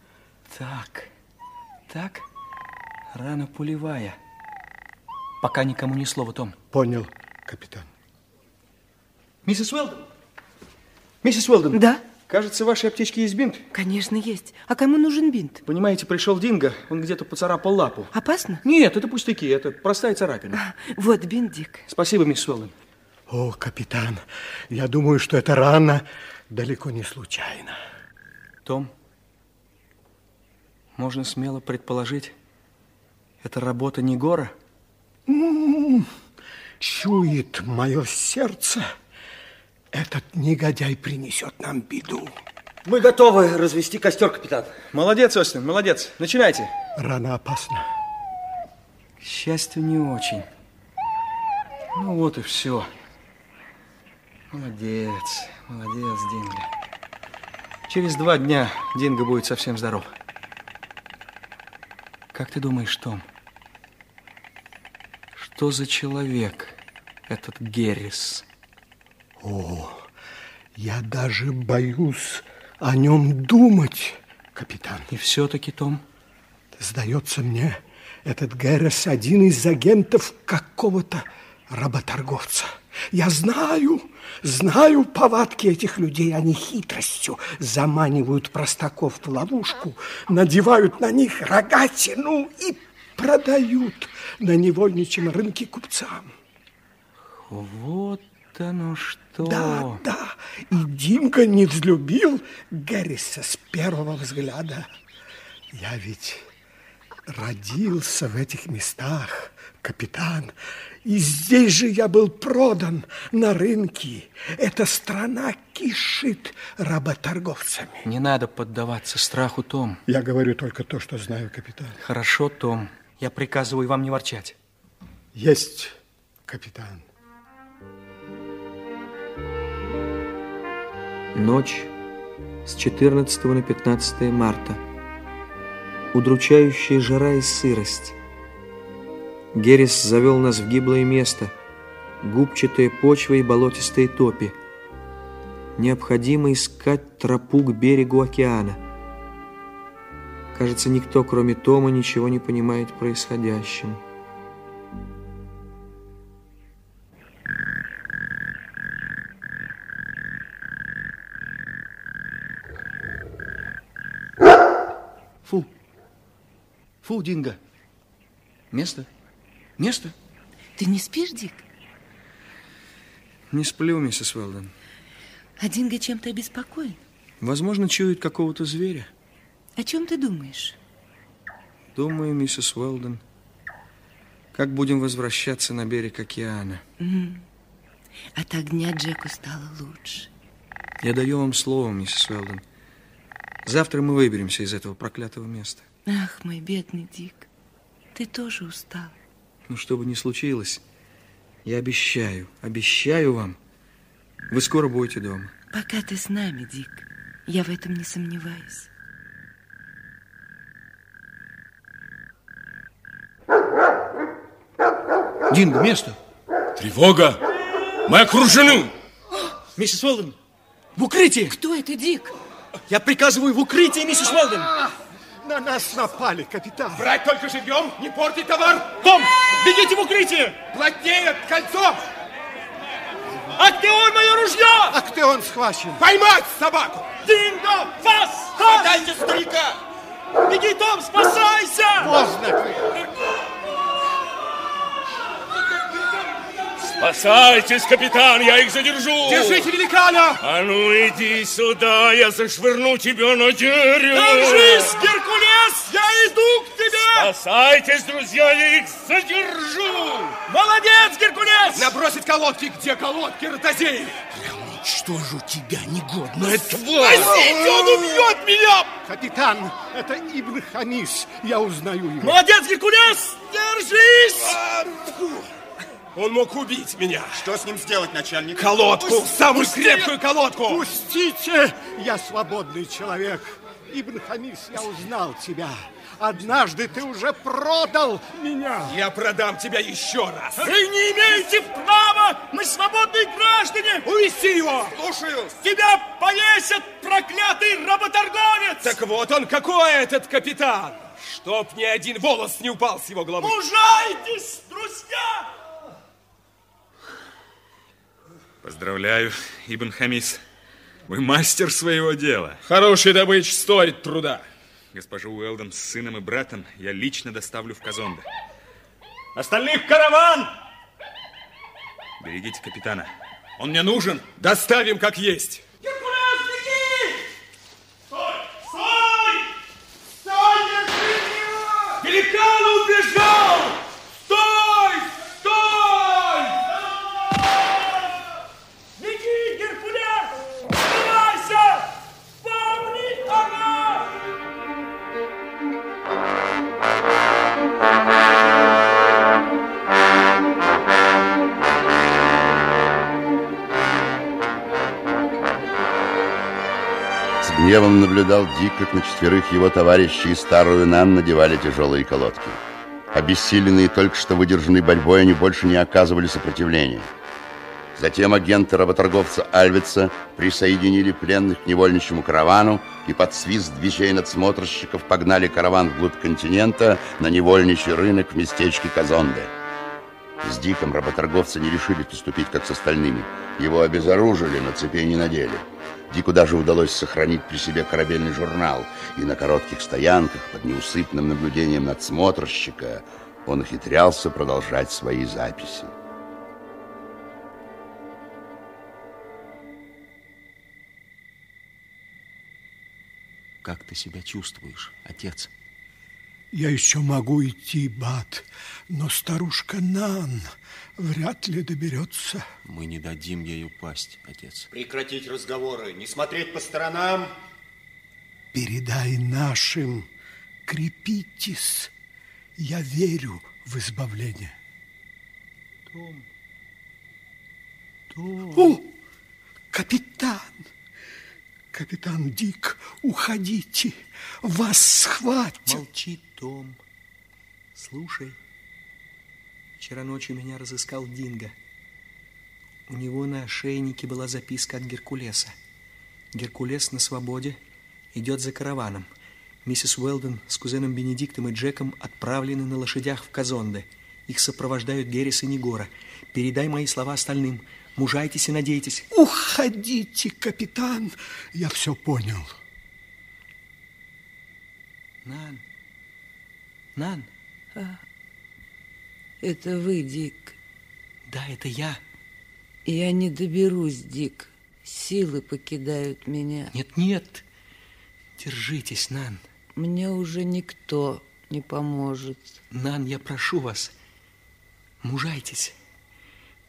Speaker 5: Так, так, рана пулевая. Пока никому ни слова, Том.
Speaker 18: Понял, капитан.
Speaker 5: Миссис Уэлдон? Миссис Уэлдон?
Speaker 13: Да?
Speaker 5: Кажется, в вашей аптечке есть бинт?
Speaker 13: Конечно, есть. А кому нужен бинт?
Speaker 5: Понимаете, пришел Динго, он где-то поцарапал лапу.
Speaker 13: Опасно? А,
Speaker 5: Нет, это пустяки, это простая царапина.
Speaker 13: Вот бинт, Дик.
Speaker 5: Спасибо, мисс Уэллен.
Speaker 18: О, капитан, я думаю, что эта рана далеко не случайна.
Speaker 5: Том, можно смело предположить, это работа не гора?
Speaker 18: М, М-м-м. Чует мое сердце, этот негодяй принесет нам беду.
Speaker 5: Мы готовы развести костер, капитан. Молодец, Остин, молодец. Начинайте.
Speaker 18: Рана опасна.
Speaker 5: К счастью, не очень. Ну вот и все. Молодец, молодец, Динго. Через два дня Динго будет совсем здоров. Как ты думаешь, Том, что за человек этот Геррис?
Speaker 18: О, я даже боюсь о нем думать, капитан.
Speaker 5: И все-таки, Том?
Speaker 18: Сдается мне, этот Геррес один из агентов какого-то работорговца. Я знаю, знаю повадки этих людей. Они хитростью заманивают простаков в ловушку, надевают на них рогатину и продают на невольничьем рынке купцам.
Speaker 5: Вот оно что.
Speaker 18: Да, да. И Димка не взлюбил Гарриса с первого взгляда. Я ведь родился в этих местах, капитан. И здесь же я был продан на рынке. Эта страна кишит работорговцами.
Speaker 5: Не надо поддаваться страху, Том.
Speaker 18: Я говорю только то, что знаю, капитан.
Speaker 5: Хорошо, Том. Я приказываю вам не ворчать.
Speaker 18: Есть, капитан.
Speaker 37: Ночь с 14 на 15 марта. Удручающая жара и сырость. Геррис завел нас в гиблое место, губчатая почва и болотистые топи. Необходимо искать тропу к берегу океана. Кажется, никто, кроме Тома, ничего не понимает происходящим.
Speaker 5: Фу. Фу, Динго. Место? Место?
Speaker 13: Ты не спишь, Дик?
Speaker 5: Не сплю, миссис Уэлден.
Speaker 13: А Динго чем-то обеспокоен?
Speaker 5: Возможно, чует какого-то зверя.
Speaker 13: О чем ты думаешь?
Speaker 5: Думаю, миссис Уэлден, как будем возвращаться на берег океана.
Speaker 13: М. От огня Джеку стало лучше.
Speaker 5: Я даю вам слово, миссис Уэлден. Завтра мы выберемся из этого проклятого места.
Speaker 13: Ах, мой бедный Дик, ты тоже устал.
Speaker 5: Ну, что бы ни случилось, я обещаю, обещаю вам, вы скоро будете дома.
Speaker 13: Пока ты с нами, Дик, я в этом не сомневаюсь.
Speaker 5: Динго, место!
Speaker 17: Тревога! Мы окружены!
Speaker 5: Миссис Уэлден, в укрытии!
Speaker 13: Кто это, Дик?
Speaker 5: Я приказываю в укрытие, миссис Уэлден!
Speaker 18: На нас напали, капитан.
Speaker 10: Брать только живьем, не порти товар!
Speaker 15: Том, бегите в укрытие!
Speaker 10: Плотнее, кольцо!
Speaker 15: Актеон, мое ружье!
Speaker 18: Актеон А схвачен.
Speaker 10: Поймать собаку!
Speaker 15: Динго, вас!
Speaker 10: Хватайте старика!
Speaker 15: Беги, Том, спасайся!
Speaker 18: Поздно.
Speaker 17: Спасайтесь, капитан, я их задержу!
Speaker 10: Держите великана!
Speaker 17: А ну иди сюда, я зашвырну тебя на дерево!
Speaker 15: Держись, Геркулес! Я иду к тебе!
Speaker 17: Спасайтесь, друзья, я их задержу!
Speaker 15: Молодец, Геркулес!
Speaker 10: Набросить колодки! Где колодки, ротозеи?
Speaker 18: Что же у тебя, негодная
Speaker 17: тварь?
Speaker 15: Спасите, он убьет меня!
Speaker 18: Капитан, это Ибн Хамис. Я узнаю его.
Speaker 15: Молодец, Геркулес! Держись!
Speaker 10: Он мог убить меня.
Speaker 38: А, Что с ним сделать, начальник?
Speaker 10: Колодку, самую крепкую колодку.
Speaker 18: Пустите! Я свободный человек. Ибн Хамис, я узнал тебя. Однажды ты уже продал меня.
Speaker 10: Я продам тебя еще раз.
Speaker 15: Вы не имеете права! а! Мы свободные граждане!
Speaker 10: Увести его! Слушаю.
Speaker 15: Тебя повесят, проклятый работорговец!
Speaker 10: Так вот он какой этот капитан! Чтоб ни один волос не упал с его головы.
Speaker 15: Мужайтесь, друзья!
Speaker 7: Поздравляю, Ибн Хамис. Вы мастер своего дела.
Speaker 17: Хороший добыч стоит труда.
Speaker 7: Госпожу Уэлдом с сыном и братом я лично доставлю в Казонде.
Speaker 17: Остальных караван!
Speaker 7: Берегите капитана.
Speaker 17: Он мне нужен. Доставим как есть. Великан убежал! Стой! Стой! Беги, Геркулес! Сдавайся! Помни о нас!
Speaker 2: С гневом наблюдал Дик, как на четверых его товарищей старую нам надевали тяжелые колодки. Обессиленные только что выдержанной борьбой, они больше не оказывали сопротивления. Затем агенты работорговца Альвица присоединили пленных к невольничьему каравану и под свист движей надсмотрщиков погнали караван вглубь континента на невольничий рынок в местечке Казонде. С Диком работорговцы не решили поступить, как с остальными. Его обезоружили, но цепей не надели. Дику даже удалось сохранить при себе корабельный журнал, и на коротких стоянках под неусыпным наблюдением надсмотрщика он ухитрялся продолжать свои записи.
Speaker 39: Как ты себя чувствуешь, отец?
Speaker 18: Я еще могу идти, Бат, но старушка Нан вряд ли доберется.
Speaker 39: Мы не дадим ей упасть, отец.
Speaker 10: Прекратить разговоры, не смотреть по сторонам.
Speaker 18: Передай нашим, крепитесь. Я верю в избавление.
Speaker 39: Том,
Speaker 18: О, капитан! Капитан Дик, уходите, вас схватят.
Speaker 39: Молчи, Том. Слушай,
Speaker 5: вчера ночью меня разыскал Динго. У него на ошейнике была записка от Геркулеса. Геркулес на свободе, идет за караваном. Миссис Уэлден с кузеном Бенедиктом и Джеком отправлены на лошадях в Казонде. Их сопровождают Геррис и Негора. Передай мои слова остальным. Мужайтесь и надейтесь.
Speaker 18: Уходите, капитан. Я все понял.
Speaker 5: Нан. Нан.
Speaker 13: А, это вы, Дик.
Speaker 5: Да, это я.
Speaker 13: Я не доберусь, Дик. Силы покидают меня.
Speaker 5: Нет, нет. Держитесь, Нан.
Speaker 13: Мне уже никто не поможет.
Speaker 5: Нан, я прошу вас, мужайтесь.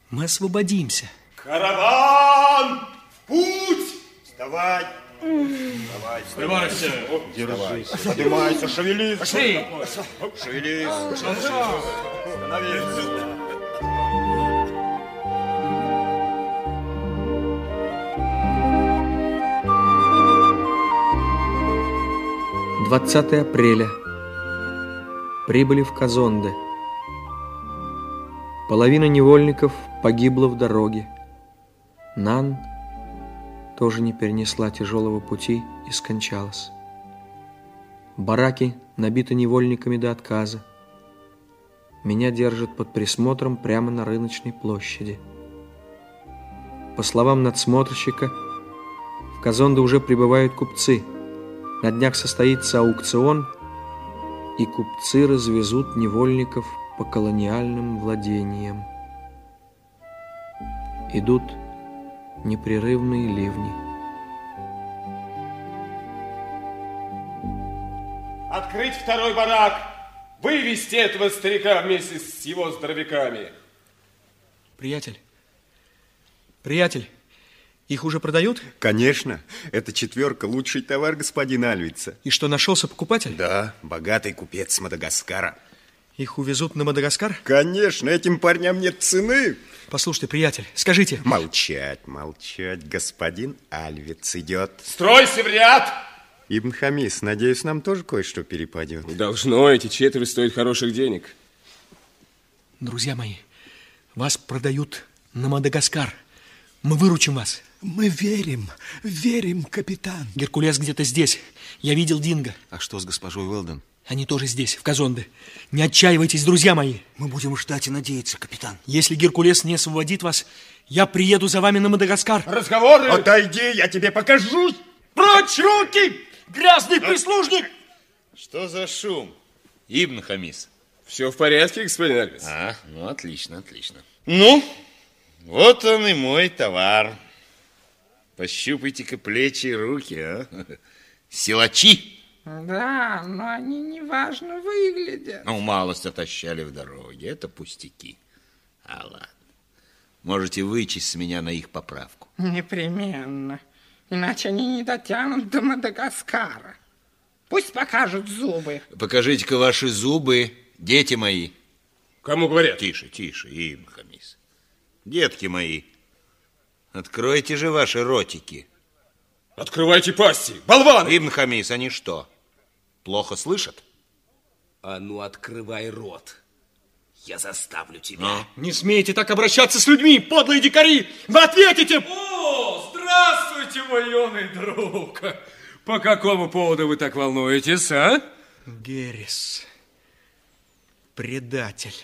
Speaker 5: Мы освободимся.
Speaker 10: Караван! в Путь! Вставай! Вставай,
Speaker 17: Сдавайся!
Speaker 10: Держись! Поднимайся, шевелись! Пошли! Шевелись! Становись!
Speaker 40: — 20 апреля. Прибыли в Казонде. Половина невольников погибла в дороге. Нан тоже не перенесла тяжелого пути и скончалась. Бараки набиты невольниками до отказа. Меня держат под присмотром прямо на рыночной площади. По словам надсмотрщика, в Казонде уже прибывают купцы. На днях состоится аукцион, и купцы развезут невольников по колониальным владениям. Идут непрерывные ливни.
Speaker 17: Открыть второй барак! Вывести этого старика вместе с его здоровяками!
Speaker 5: Приятель, приятель, их уже продают?
Speaker 9: Конечно. Это четверка лучший товар господина Альвица.
Speaker 5: И что, нашелся покупатель?
Speaker 9: Да, богатый купец с Мадагаскара.
Speaker 5: Их увезут на Мадагаскар?
Speaker 9: Конечно, этим парням нет цены.
Speaker 5: Послушайте, приятель, скажите.
Speaker 9: Молчать, молчать. Господин Альвиц идет.
Speaker 17: Стройся в ряд!
Speaker 9: Ибн Хамис, надеюсь, нам тоже кое-что перепадет.
Speaker 17: Должно, эти четверо стоят хороших денег.
Speaker 5: Друзья мои, вас продают на Мадагаскар. Мы выручим вас.
Speaker 18: Мы верим, верим, капитан.
Speaker 5: Геркулес где-то здесь. Я видел Динго.
Speaker 39: А что с госпожой Уэлден?
Speaker 5: Они тоже здесь, в Казонде. Не отчаивайтесь, друзья мои.
Speaker 39: Мы будем ждать и надеяться, капитан.
Speaker 5: Если Геркулес не освободит вас, я приеду за вами на Мадагаскар.
Speaker 28: Разговоры! Отойди, я тебе покажу!
Speaker 15: Прочь руки! Грязный прислужник!
Speaker 10: Что за шум? Ибн Хамис.
Speaker 4: Все в порядке, господин Альвис?
Speaker 10: А, ну отлично, отлично. Ну, вот он и мой товар. Пощупайте-ка плечи и руки, а? Силачи!
Speaker 12: Да, но они неважно выглядят.
Speaker 10: Ну, малость отощали в дороге, это пустяки. А ладно. Можете вычесть с меня на их поправку.
Speaker 12: Непременно. Иначе они не дотянут до Мадагаскара. Пусть покажут зубы.
Speaker 10: Покажите-ка ваши зубы, дети мои.
Speaker 4: Кому говорят?
Speaker 10: Тише, тише, им, Хамис. Детки мои, откройте же ваши ротики.
Speaker 4: Открывайте пасти, болван!
Speaker 10: Ибн Хамис, они что, плохо слышат?
Speaker 39: А ну, открывай рот. Я заставлю тебя. Но.
Speaker 15: Не смейте так обращаться с людьми, подлые дикари! Вы ответите!
Speaker 9: О, здравствуйте, мой юный друг! По какому поводу вы так волнуетесь, а?
Speaker 5: Геррис, предатель.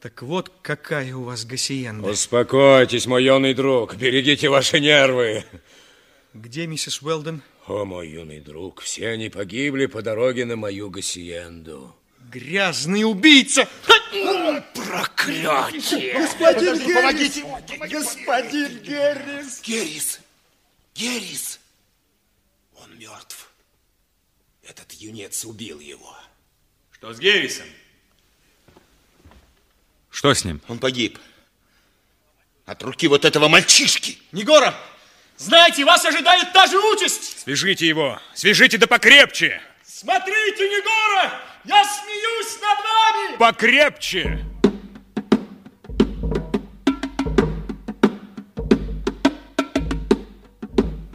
Speaker 5: Так вот, какая у вас гасиенда.
Speaker 4: Успокойтесь, мой юный друг, берегите ваши нервы.
Speaker 5: Где миссис Уэлден?
Speaker 4: О, мой юный друг, все они погибли по дороге на мою гасиенду.
Speaker 5: Грязный убийца!
Speaker 39: Проклятие!
Speaker 13: Ну,
Speaker 28: Господин Подожди, Геррис! Помогите. Господин Геррис!
Speaker 39: Геррис! Геррис! Он мертв. Этот юнец убил его.
Speaker 4: Что с Геррисом? Что с ним?
Speaker 10: Он погиб. От руки вот этого мальчишки.
Speaker 15: Негора, знаете, вас ожидает та же участь.
Speaker 4: Свяжите его. Свяжите да покрепче.
Speaker 15: Смотрите, Негора, я смеюсь над вами.
Speaker 4: Покрепче.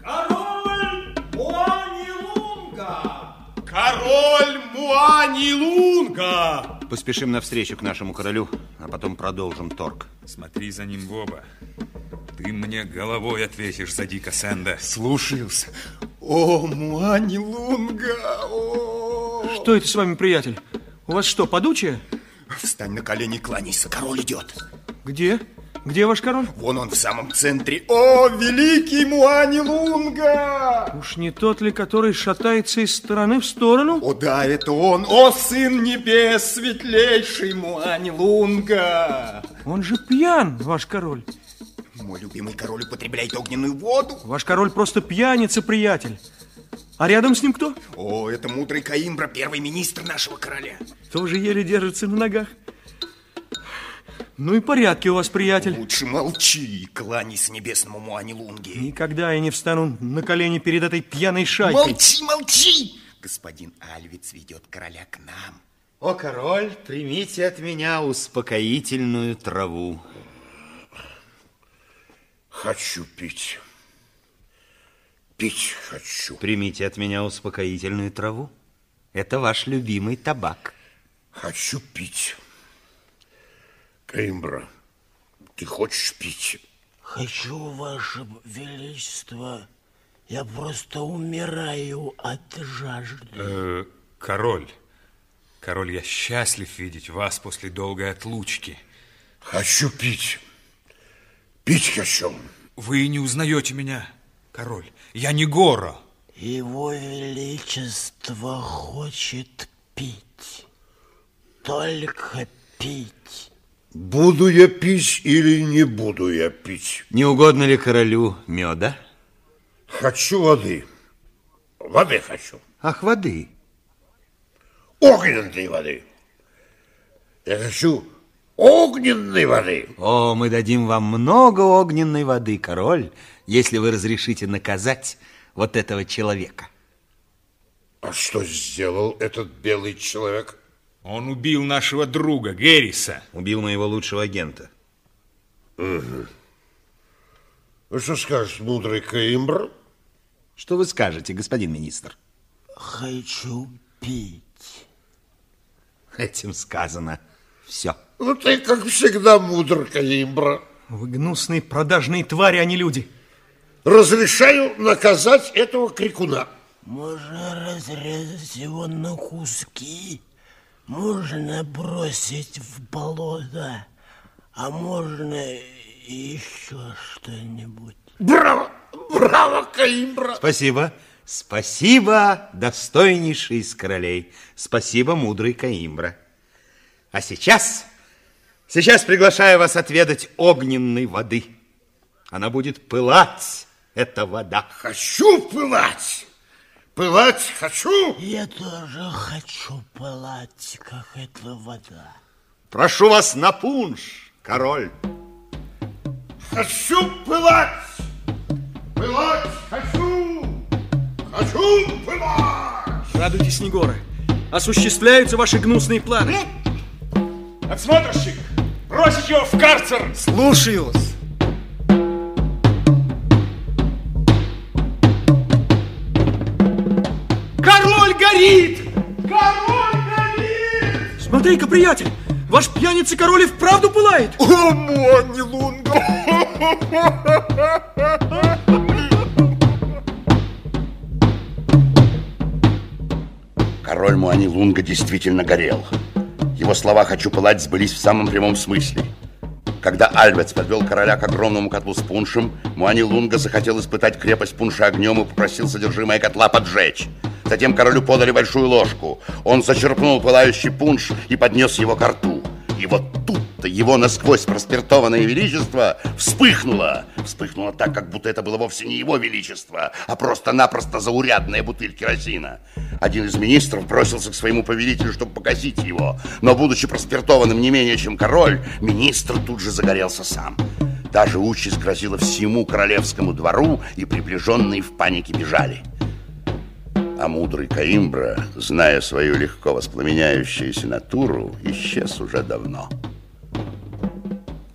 Speaker 17: Король Муанилунга!
Speaker 28: Король Муанилунга! Поспешим навстречу к нашему королю, а потом продолжим торг.
Speaker 7: Смотри за ним, Боба. Ты мне головой ответишь за Дика Сэнда.
Speaker 28: Слушаюсь. О, Муанилунга! О!
Speaker 5: Что это с вами, приятель? У вас что, подучие?
Speaker 10: Встань на колени и кланяйся, король идет.
Speaker 5: Где? Где ваш король?
Speaker 10: Вон он в самом центре. О, великий Муанилунга!
Speaker 5: Уж не тот ли, который шатается из стороны в сторону?
Speaker 28: О да, это он. О, сын небес, светлейший Муанилунга!
Speaker 5: Он же пьян, ваш король.
Speaker 10: Мой любимый король употребляет огненную воду.
Speaker 5: Ваш король просто пьяница, приятель. А рядом с ним кто?
Speaker 10: О, это мудрый Каимбра, первый министр нашего короля.
Speaker 5: Тоже еле держится на ногах. Ну и порядки у вас, приятель.
Speaker 10: Лучше молчи и кланяйся небесному Муанилунге.
Speaker 5: Никогда я не встану на колени перед этой пьяной шайкой.
Speaker 10: Молчи, молчи! Господин Альвец ведет короля к нам.
Speaker 39: О, король, примите от меня успокоительную траву.
Speaker 2: Хочу пить. Пить хочу.
Speaker 39: Примите от меня успокоительную траву. Это ваш любимый табак.
Speaker 2: Хочу пить. Каимбра, ты хочешь пить?
Speaker 39: Хочу, Ваше Величество. Я просто умираю от жажды.
Speaker 7: Э, король, король, я счастлив видеть вас после долгой отлучки.
Speaker 2: Хочу пить. Пить хочу.
Speaker 7: Вы не узнаете меня, король. Я не Гора.
Speaker 39: Его Величество хочет пить. Только пить.
Speaker 2: Буду я пить или не буду я пить?
Speaker 39: Не угодно ли королю меда?
Speaker 2: Хочу воды. Воды хочу.
Speaker 39: Ах, воды.
Speaker 2: Огненной воды. Я хочу огненной воды.
Speaker 39: О, мы дадим вам много огненной воды, король, если вы разрешите наказать вот этого человека.
Speaker 2: А что сделал этот белый человек?
Speaker 7: Он убил нашего друга, Герриса.
Speaker 39: Убил моего лучшего агента.
Speaker 2: Угу. Ну, что скажешь, мудрый Каимбр?
Speaker 39: Что вы скажете, господин министр? Хочу пить. Этим сказано все.
Speaker 2: Ну, ты, как всегда, мудр, Каимбра.
Speaker 5: Вы гнусные продажные твари, а не люди.
Speaker 2: Разрешаю наказать этого крикуна.
Speaker 12: Можно разрезать его на куски, можно бросить в болото, а можно еще что-нибудь.
Speaker 13: Браво! Браво, Калибра!
Speaker 4: Спасибо. Спасибо, достойнейший из королей. Спасибо, мудрый Каимбра. А сейчас, сейчас приглашаю вас отведать огненной воды. Она будет пылать, эта вода.
Speaker 13: Хочу пылать! Пылать хочу!
Speaker 12: Я тоже хочу пылать, как эта вода.
Speaker 4: Прошу вас на пунш, король.
Speaker 13: Хочу пылать! Пылать хочу! Хочу пылать!
Speaker 5: Радуйтесь, Негоры. Осуществляются ваши гнусные планы.
Speaker 13: Отсмотрщик, бросить его в карцер!
Speaker 17: Слушаюсь.
Speaker 8: Король горит!
Speaker 13: Король горит!
Speaker 5: Смотри-ка, приятель, ваш пьяница король и вправду пылает.
Speaker 17: О, Монни Лунга!
Speaker 2: Король Муани Лунга действительно горел. Его слова «хочу пылать» сбылись в самом прямом смысле. Когда Альвец подвел короля к огромному котлу с пуншем, Муани Лунга захотел испытать крепость пунша огнем и попросил содержимое котла поджечь. Затем королю подали большую ложку. Он зачерпнул пылающий пунш и поднес его к рту. И вот тут-то его насквозь проспиртованное величество вспыхнуло. Вспыхнуло так, как будто это было вовсе не его величество, а просто-напросто заурядная бутыль керосина. Один из министров бросился к своему повелителю, чтобы погасить его. Но, будучи проспиртованным не менее, чем король, министр тут же загорелся сам. Та же участь грозила всему королевскому двору, и приближенные в панике бежали. А мудрый Каимбра, зная свою легко воспламеняющуюся натуру, исчез уже давно.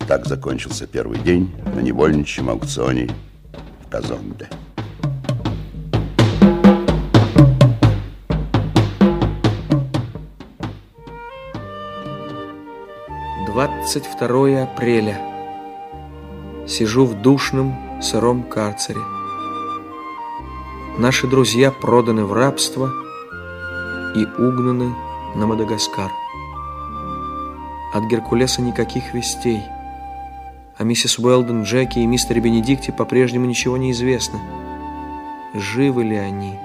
Speaker 2: Так закончился первый день на невольничьем аукционе в Казонде.
Speaker 5: Двадцать второе апреля. Сижу в душном, сыром карцере. Наши друзья проданы в рабство и угнаны на Мадагаскар. От Геркулеса никаких вестей. О миссис Уэлден, Джеки и мистере Бенедикте по-прежнему ничего не известно. Живы ли они?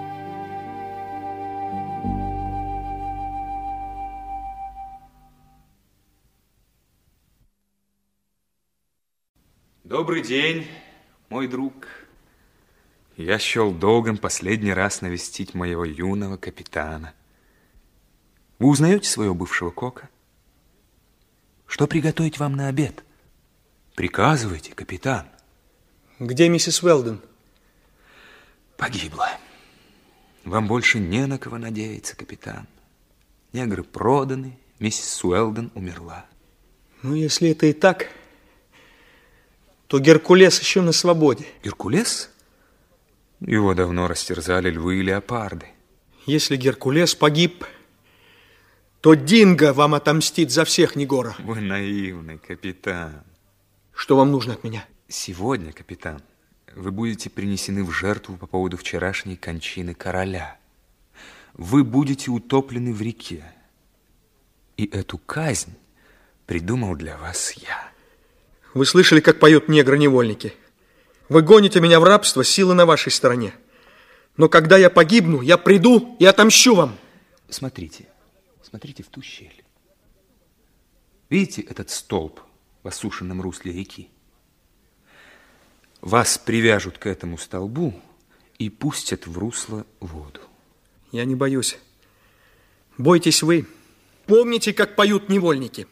Speaker 7: Добрый день, мой друг. Я счел долгом последний раз навестить моего юного капитана. Вы узнаете своего бывшего кока? Что приготовить вам на обед? Приказывайте, капитан.
Speaker 5: Где миссис Уэлден?
Speaker 7: Погибла. Вам больше не на кого надеяться, капитан. Негры проданы, миссис Уэлден умерла.
Speaker 5: Ну, если это и так, то Геркулес еще на свободе.
Speaker 7: Геркулес? Его давно растерзали львы и леопарды.
Speaker 5: Если Геркулес погиб, то Динго вам отомстит за всех, Негора.
Speaker 7: Вы наивный, капитан.
Speaker 5: Что вам нужно от меня?
Speaker 7: Сегодня, капитан, вы будете принесены в жертву по поводу вчерашней кончины короля. Вы будете утоплены в реке. И эту казнь придумал для вас я.
Speaker 5: Вы слышали, как поют негры-невольники? Вы гоните меня в рабство, сила на вашей стороне. Но когда я погибну, я приду и отомщу вам.
Speaker 7: Смотрите, смотрите в ту щель. Видите этот столб в осушенном русле реки? Вас привяжут к этому столбу и пустят в русло воду.
Speaker 5: Я не боюсь. Бойтесь вы. Помните, как поют невольники.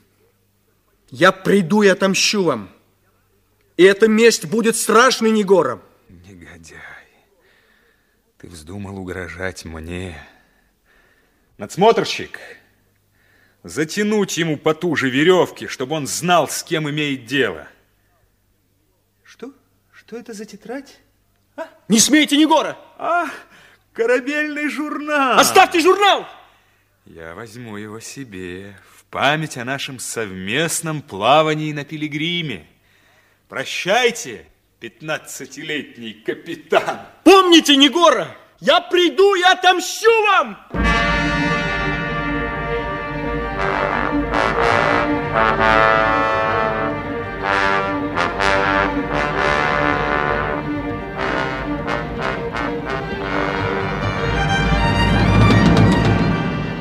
Speaker 5: Я приду и отомщу вам. И эта месть будет страшной, Негора.
Speaker 7: Негодяй, ты вздумал угрожать мне. Надсмотрщик, затянуть ему потуже веревки, чтобы он знал, с кем имеет дело.
Speaker 5: Что? Что это за тетрадь?
Speaker 8: А? Не смейте, Негора!
Speaker 7: А, корабельный журнал!
Speaker 8: Оставьте журнал!
Speaker 7: Я возьму его себе в память о нашем совместном плавании на пилигриме. Прощайте, пятнадцатилетний капитан.
Speaker 8: Помните Негора?
Speaker 15: Я приду и отомщу вам!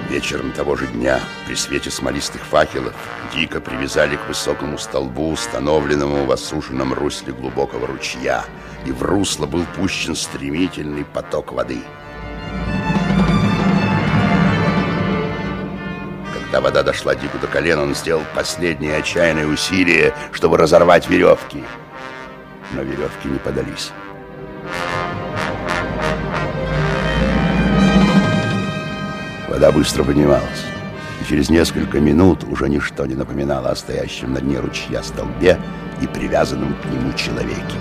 Speaker 2: Вечером того же дня при свете смолистых факелов Дика привязали к высокому столбу, установленному в осушенном русле глубокого ручья, и в русло был пущен стремительный поток воды. Когда вода дошла Дику до колена, он сделал последнее отчаянное усилие, чтобы разорвать веревки. Но веревки не подались. Вода быстро поднималась, и через несколько минут уже ничто не напоминало о стоящем на дне ручья столбе и привязанном к нему человеке.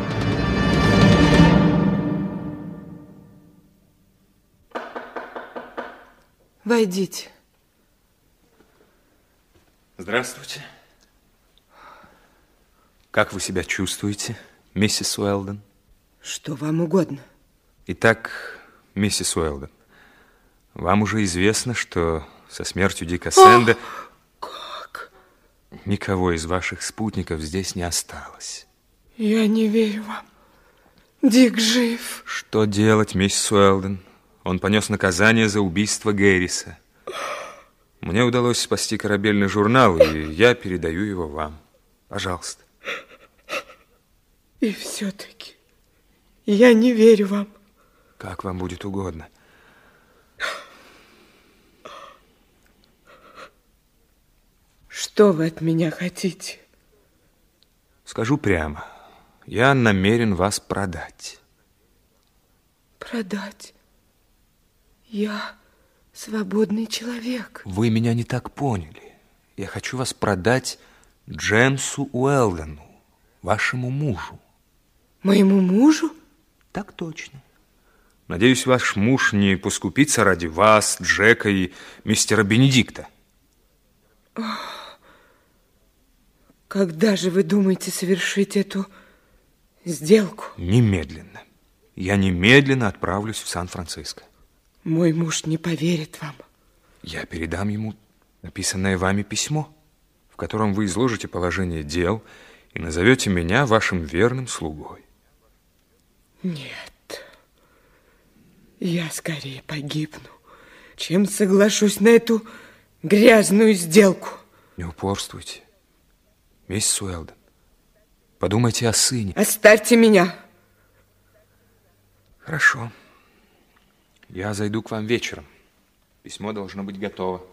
Speaker 24: Войдите.
Speaker 7: Здравствуйте. Как вы себя чувствуете, миссис Уэлден?
Speaker 24: Что вам угодно?
Speaker 7: Итак, миссис Уэлден, вам уже известно, что со смертью Дика Сэнда... Как? Никого из ваших спутников здесь не осталось.
Speaker 24: Я не верю вам. Дик жив.
Speaker 7: Что делать, миссис Уэлден? Он понес наказание за убийство Гэриса. Мне удалось спасти корабельный журнал, и я передаю его вам. Пожалуйста.
Speaker 24: И все-таки я не верю вам.
Speaker 7: Как вам будет угодно.
Speaker 24: Что вы от меня хотите?
Speaker 7: Скажу прямо. Я намерен вас продать.
Speaker 24: Продать? Я свободный человек.
Speaker 7: Вы меня не так поняли. Я хочу вас продать Джемсу Уэлдону, вашему мужу.
Speaker 24: Моему мужу?
Speaker 7: Так точно. Надеюсь, ваш муж не поскупится ради вас, Джека и мистера Бенедикта.
Speaker 24: Ах, Когда же вы думаете совершить эту сделку?
Speaker 7: Немедленно. Я немедленно отправлюсь в Сан-Франциско.
Speaker 24: Мой муж не поверит вам.
Speaker 7: Я передам ему написанное вами письмо, в котором вы изложите положение дел и назовете меня вашим верным слугой.
Speaker 24: Нет. Я скорее погибну, чем соглашусь на эту грязную сделку.
Speaker 7: Не упорствуйте. Миссис Уэлден, подумайте о сыне.
Speaker 24: Оставьте меня.
Speaker 7: Хорошо. Я зайду к вам вечером. Письмо должно быть готово.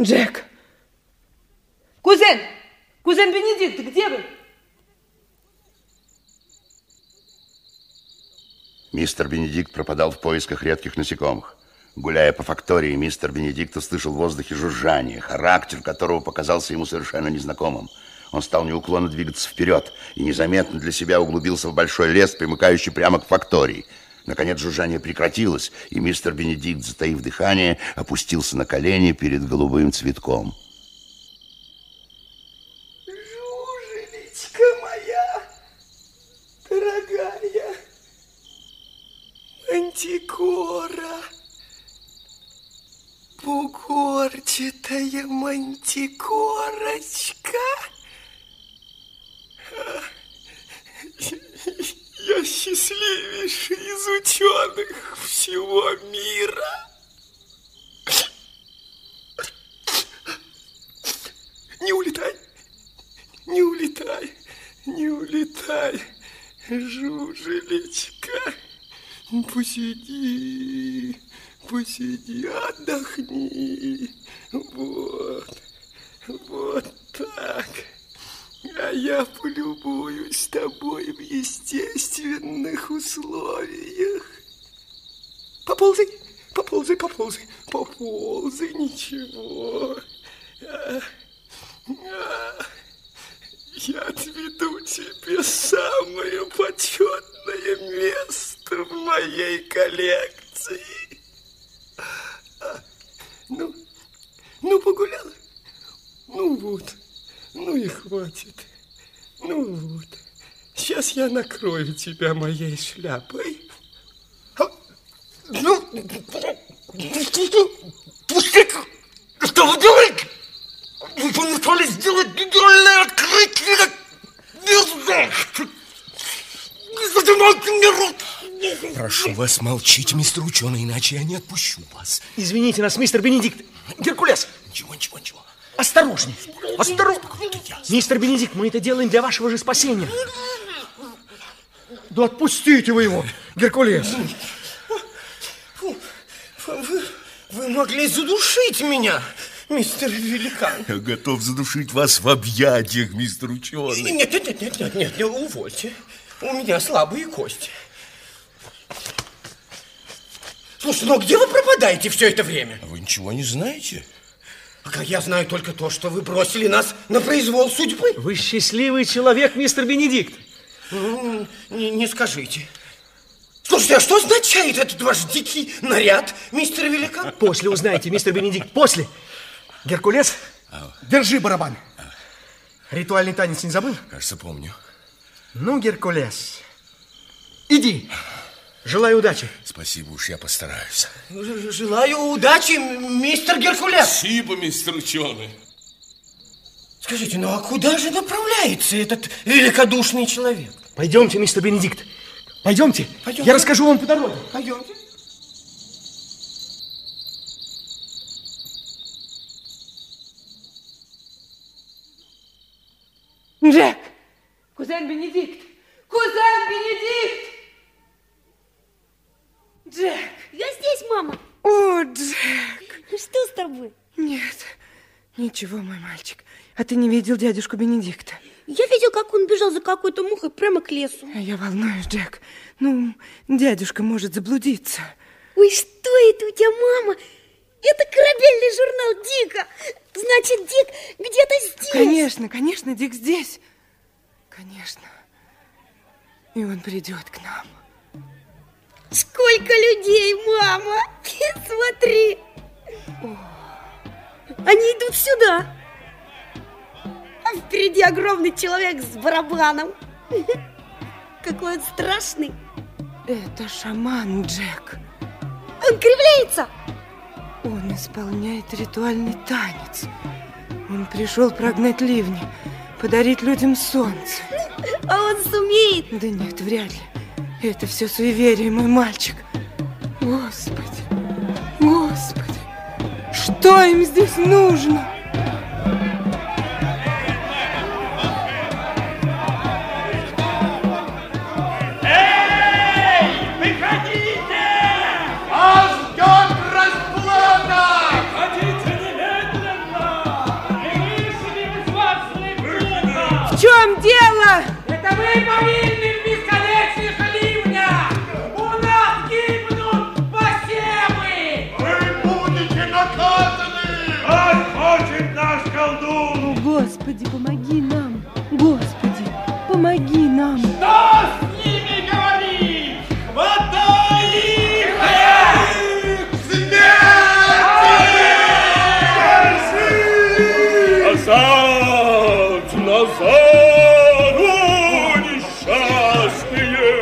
Speaker 24: Джек,
Speaker 13: Кузен! Кузен Бенедикт, где вы?
Speaker 2: Мистер Бенедикт пропадал в поисках редких насекомых. Гуляя по фактории, мистер Бенедикт услышал в воздухе жужжание, характер которого показался ему совершенно незнакомым. Он стал неуклонно двигаться вперед и незаметно для себя углубился в большой лес, примыкающий прямо к фактории. Наконец жужжание прекратилось, и мистер Бенедикт, затаив дыхание, опустился на колени перед голубым цветком.
Speaker 41: Жужелечка моя, дорогая, мантикора, бугорчатая мантикорочка. А, Я счастливейший из ученых всего мира. Не улетай, не улетай, не улетай, жужелечка. Посиди, посиди, отдохни. Вот, вот так. А я полюбуюсь тобой в естественных условиях. Поползай, поползай, поползай, поползай, ничего. А, а. Я отведу тебе самое почетное место в моей коллекции. А, Ну, ну погуляла? Ну вот, ну и хватит. Ну вот, сейчас я накрою тебя моей шляпой.
Speaker 28: Пустяк! Что вы делаете? Вы помешали сделать генеральное открытие! Мерзавцы! Не задумайте мне рот!
Speaker 9: Прошу вас, молчите, мистер ученый, иначе я не отпущу вас.
Speaker 15: Извините нас, мистер Бенедикт. Геркулес!
Speaker 9: Ничего, ничего, ничего.
Speaker 15: Осторожней! Осторожней! Мистер Бенедикт, мы это делаем для вашего же спасения.
Speaker 42: Да отпустите вы его, Геркулес!
Speaker 28: Фу, вы, вы могли задушить меня, мистер Великан.
Speaker 9: Я готов задушить вас в объятиях, мистер ученый.
Speaker 28: Нет, нет, нет, нет, нет, нет, не увольте. У меня слабые кости. Слушай, ну где вы пропадаете все это время?
Speaker 9: А вы ничего не знаете?
Speaker 28: А я знаю только то, что вы бросили нас на произвол судьбы.
Speaker 15: Вы счастливый человек, мистер Бенедикт.
Speaker 28: Ну, не, не скажите. Слушайте, а что означает этот ваш дикий наряд, мистер Великан?
Speaker 15: После узнаете, мистер Бенедикт, после. Геркулес, держи барабан. Ритуальный танец не забыл?
Speaker 9: Кажется, помню.
Speaker 15: Ну, Геркулес, иди. Желаю удачи.
Speaker 9: Спасибо уж, я постараюсь.
Speaker 28: Желаю удачи, мистер Геркулес.
Speaker 9: Спасибо, мистер ученый.
Speaker 28: Скажите, ну а куда же направляется этот великодушный человек?
Speaker 15: Пойдемте, мистер Бенедикт. Пойдемте. Пойдемте. Я расскажу вам по дороге.
Speaker 28: Пойдемте.
Speaker 13: Джек! Кузен Бенедикт! Кузен Бенедикт! Джек!
Speaker 11: Я здесь, мама!
Speaker 13: О, Джек!
Speaker 11: Ну что с тобой?
Speaker 13: Нет, ничего, мой мальчик. А ты не видел дядюшку Бенедикта?
Speaker 11: Я видел, как он бежал за какой-то мухой прямо к лесу.
Speaker 13: А я волнуюсь, Джек. Ну, дядюшка может заблудиться.
Speaker 11: Ой, что это у тебя, мама? Это корабельный журнал Дика. Значит, Дик где-то здесь.
Speaker 13: Конечно, конечно, Дик здесь. Конечно. И он придет к нам.
Speaker 11: Сколько людей, мама! Смотри! О. Они идут сюда! А впереди огромный человек с барабаном! Какой он страшный!
Speaker 13: Это шаман Джек.
Speaker 11: Он кривляется!
Speaker 13: Он исполняет ритуальный танец. Он пришел прогнать ливни, подарить людям солнце.
Speaker 11: А он сумеет?
Speaker 13: Да нет, вряд ли. Это все суеверие, мой мальчик. Господи, Господи, что им здесь нужно?
Speaker 17: Эй, выходите! Вас ждет расплата! Выходите немедленно! Лишили из вас
Speaker 13: В чем дело?
Speaker 8: Это вы повинны в бесконечных ливнях! У нас гибнут посевы!
Speaker 17: Вы будете наказаны! Как хочет наш колдун!
Speaker 13: Господи, помоги нам! Господи, помоги нам!
Speaker 17: Что с ними говорить? Хватай их! Смерти! Назад, назад, о, несчастные!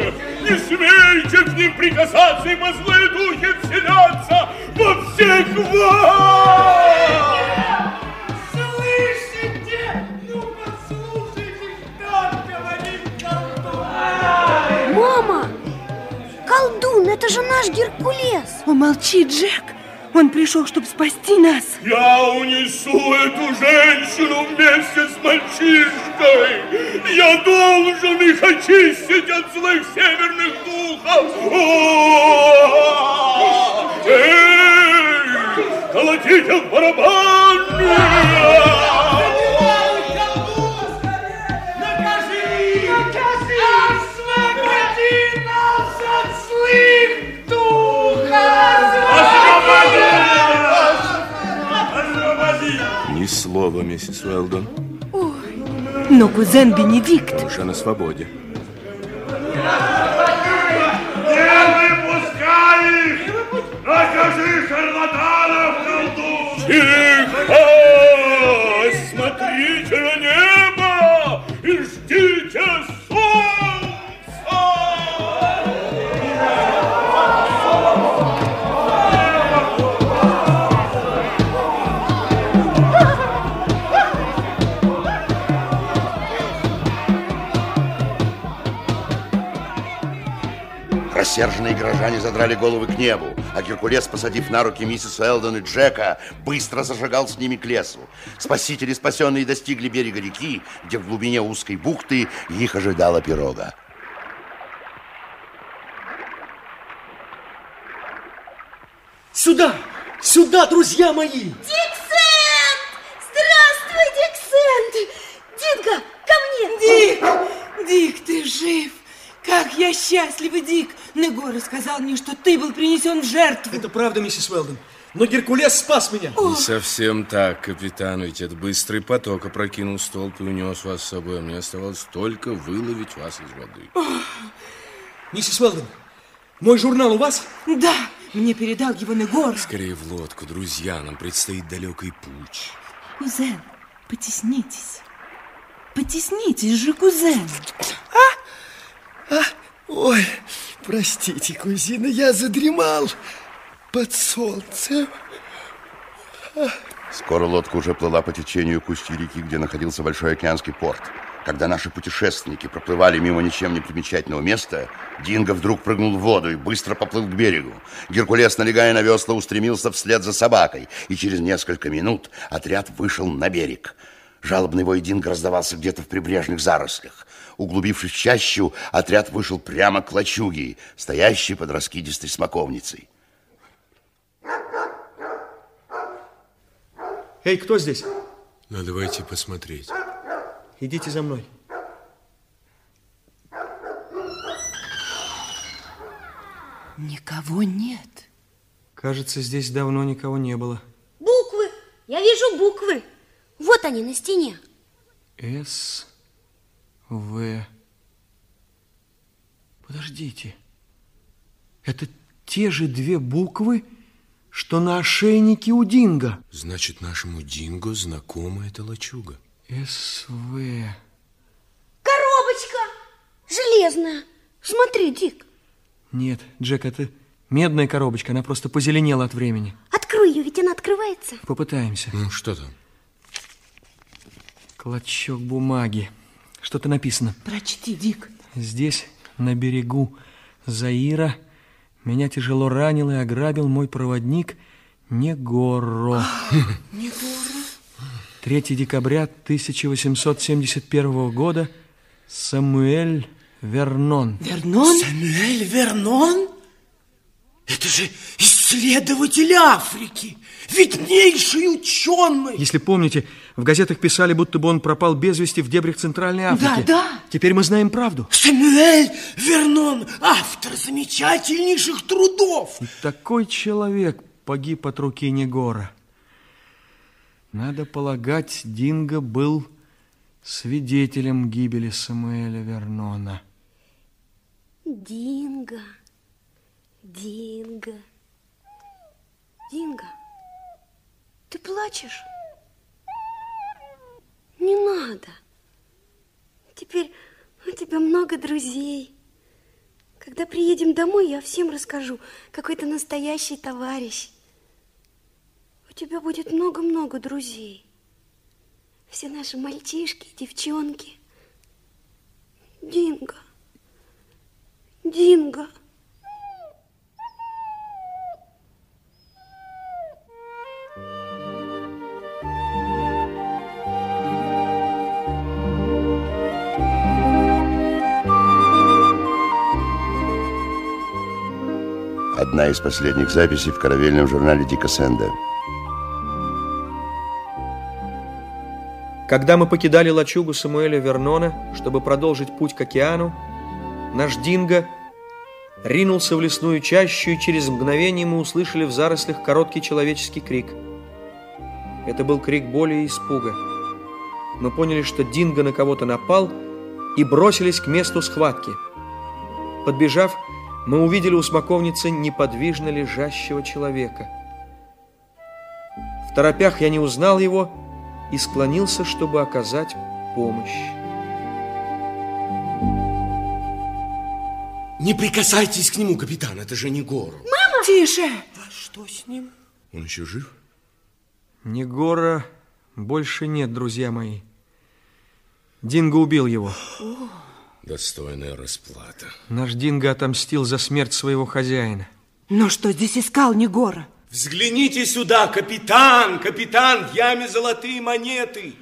Speaker 17: Не смейте к ним прикасаться, ибо злые духи вселятся во всех вас!
Speaker 8: Слышите? Ну послушайте, что говорит колдун!
Speaker 11: Мама! Колдун, это же наш Геркулес!
Speaker 13: Умолчи, Джек! Он пришел, чтобы спасти нас!
Speaker 17: Я унесу эту женщину вместе с мальчишкой. Я должен их очистить от злых северных духов. О! Эй, колотите в барабан!
Speaker 8: Накажи! Накажи! Освободи нас от злых духов!
Speaker 43: Ни слова, миссис Уэлдон.
Speaker 13: Но кузен Бенедикт...
Speaker 43: Уже на свободе.
Speaker 17: Не выпускай их! Накажи шарлатанов, колдун! Тихо! Смотрите на небо и ждите солнца!
Speaker 2: Рассерженные горожане задрали головы к небу, а Геркулес, посадив на руки миссис Элдон и Джека, быстро зажигал с ними к лесу. Спасители, спасенные, достигли берега реки, где в глубине узкой бухты их ожидала пирога.
Speaker 28: Сюда! Сюда, друзья мои!
Speaker 11: Диксент! Здравствуй, Диксент! Динго, ко
Speaker 13: Дик!
Speaker 11: мне!
Speaker 13: Дик, ты жив! Как я счастлива, Дик! Него рассказал мне, что ты был принесен в жертву.
Speaker 5: Это правда, миссис Уэлдон. Но Геркулес спас меня.
Speaker 9: Не совсем так, капитан, ведь этот быстрый поток опрокинул столб и унес вас с собой. а Мне оставалось только выловить вас из воды.
Speaker 5: Миссис Уэлдон, мой журнал у вас?
Speaker 13: Да, мне передал его Негор.
Speaker 9: Скорее в лодку, друзья, нам предстоит далекий путь.
Speaker 44: Кузен, потеснитесь. Потеснитесь же, кузен.
Speaker 41: А? Ой, простите, кузина, я задремал под солнцем. А,
Speaker 2: Скоро лодка уже плыла по течению к устью реки, где находился большой океанский порт. Когда наши путешественники проплывали мимо ничем не примечательного места, Динго вдруг прыгнул в воду и быстро поплыл к берегу. Геркулес, налегая на весла, устремился вслед за собакой, и через несколько минут отряд вышел на берег. Жалобный вой Динго раздавался где-то в прибрежных зарослях. Углубившись в чащу, отряд вышел прямо к лачуге, стоящей под раскидистой смоковницей.
Speaker 5: Эй, кто здесь?
Speaker 9: Надо войти посмотреть.
Speaker 5: Идите за мной.
Speaker 44: Никого нет.
Speaker 5: Кажется, здесь давно никого не было.
Speaker 11: Буквы! Я вижу буквы! Вот они на стене.
Speaker 5: С, В. Подождите. Это те же две буквы, что на ошейнике у Динго.
Speaker 9: Значит, нашему Динго знакома эта лачуга.
Speaker 5: СВ.
Speaker 11: Коробочка! Железная. Смотри, Дик,
Speaker 5: Нет, Джек, это медная коробочка, она просто позеленела от времени.
Speaker 11: открой ее, ведь она открывается.
Speaker 5: Попытаемся.
Speaker 9: Ну, что там?
Speaker 5: Клочок бумаги. Что-то написано.
Speaker 13: Прочти, Дик.
Speaker 5: Здесь, на берегу Заира, меня тяжело ранил и ограбил мой проводник Негоро.
Speaker 13: Негора.
Speaker 5: 3 декабря 1871 года Самуэль Вернон.
Speaker 13: Вернон?
Speaker 28: Самюэль Вернон? Это же исследователь Африки, виднейший ученый.
Speaker 5: Если помните, в газетах писали, будто бы он пропал без вести в дебрях Центральной Африки.
Speaker 28: да.
Speaker 5: Теперь мы знаем правду.
Speaker 28: Самюэль Вернон, автор замечательнейших трудов.
Speaker 5: Такой человек погиб от руки Негора. Надо полагать, Динго был свидетелем гибели Самуэля Вернона.
Speaker 11: Динго. Динго. Динго, ты плачешь? Не надо. Теперь у тебя много друзей. Когда приедем домой, я всем расскажу, какой ты настоящий товарищ. У тебя будет много-много друзей. Все наши мальчишки и девчонки. Динго. Динго.
Speaker 2: Одна из последних записей в каравельном журнале Дика Сэнда.
Speaker 45: Когда мы покидали лачугу Самуэля Вернона, чтобы продолжить путь к океану, наш Динго ринулся в лесную чащу, и через мгновение мы услышали в зарослях короткий человеческий крик. Это был крик боли и испуга. Мы поняли, что Динго на кого-то напал и бросились к месту схватки. Подбежав, мы увидели у смоковницы неподвижно лежащего человека. В торопях я не узнал его, и склонился, чтобы оказать помощь.
Speaker 28: Не прикасайтесь к нему, капитан, это же не гору.
Speaker 13: Мама! Тише!
Speaker 28: А что с ним?
Speaker 9: Он еще жив?
Speaker 5: Негора больше нет, друзья мои. Динго убил его.
Speaker 46: Достойная расплата.
Speaker 5: Наш Динго отомстил за смерть своего хозяина.
Speaker 13: Но что здесь искал Негора?
Speaker 9: Взгляните сюда, капитан, капитан, в яме золотые монеты.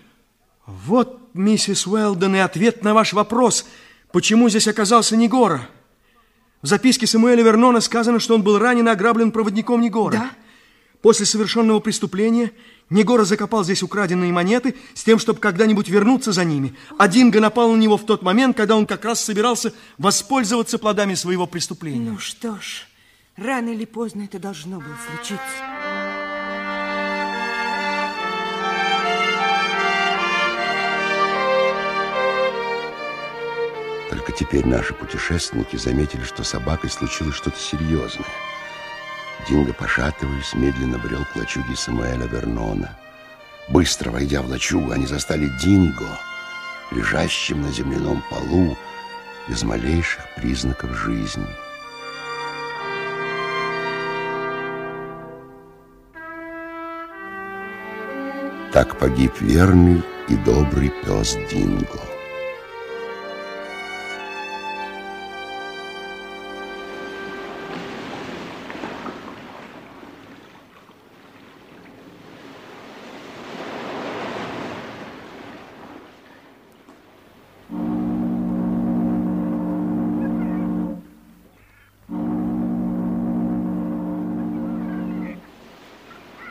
Speaker 47: Вот, миссис Уэлдон, и ответ на ваш вопрос, почему здесь оказался Негора. В записке Самуэля Вернона сказано, что он был ранен и ограблен проводником Негора. Да? После совершенного преступления Негора закопал здесь украденные монеты с тем, чтобы когда-нибудь вернуться за ними. А Динго напал на него в тот момент, когда он как раз собирался воспользоваться плодами своего преступления.
Speaker 13: Ну что ж, рано или поздно это должно было случиться.
Speaker 2: Только теперь наши путешественники заметили, что с собакой случилось что-то серьезное. Динго, пошатываясь, медленно брел к лачуге Самуэля Вернона. Быстро войдя в лачугу, они застали Динго, лежащим на земляном полу, без малейших признаков жизни. Так погиб верный и добрый пес Динго.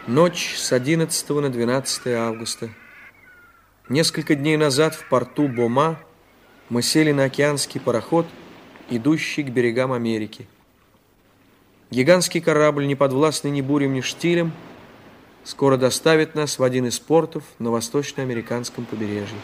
Speaker 5: Ночь с 11 на 12 августа. Несколько дней назад в порту Бома мы сели на океанский пароход, идущий к берегам Америки. Гигантский корабль, не подвластный ни бурям, ни штилям, скоро доставит нас в один из портов на восточноамериканском побережье.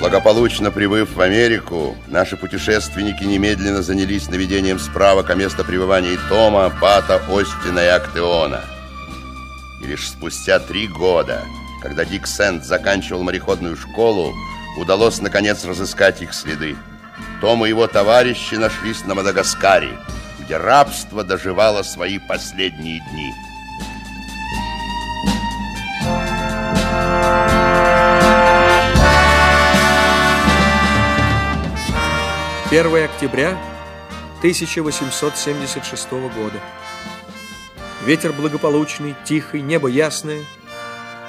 Speaker 2: Благополучно прибыв в Америку, наши путешественники немедленно занялись наведением справок о местопребывании Тома, Бата, Остина и Актеона. И лишь спустя три года, когда Дик Сент заканчивал мореходную школу, удалось наконец разыскать их следы. Том и его товарищи нашлись на Мадагаскаре, где рабство доживало свои последние дни. Thank
Speaker 5: 1 октября 1876 года. Ветер благополучный, тихий, небо ясное,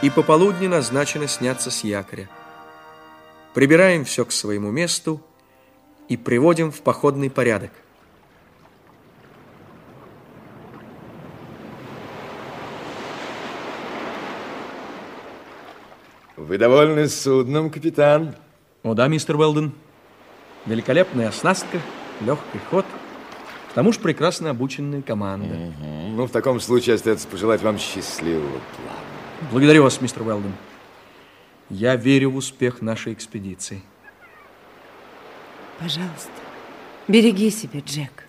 Speaker 5: и пополудни назначено сняться с якоря. Прибираем все к своему месту и приводим в походный порядок.
Speaker 3: Вы довольны судном, капитан?
Speaker 5: О Ну да, мистер Уэлден. Великолепная оснастка, легкий ход, к тому же прекрасно обученная команда.
Speaker 3: Угу. Ну, в таком случае остается пожелать вам счастливого плана.
Speaker 5: Благодарю вас, мистер Уэлден. Я верю в успех нашей экспедиции.
Speaker 13: Пожалуйста, береги себя, Джек.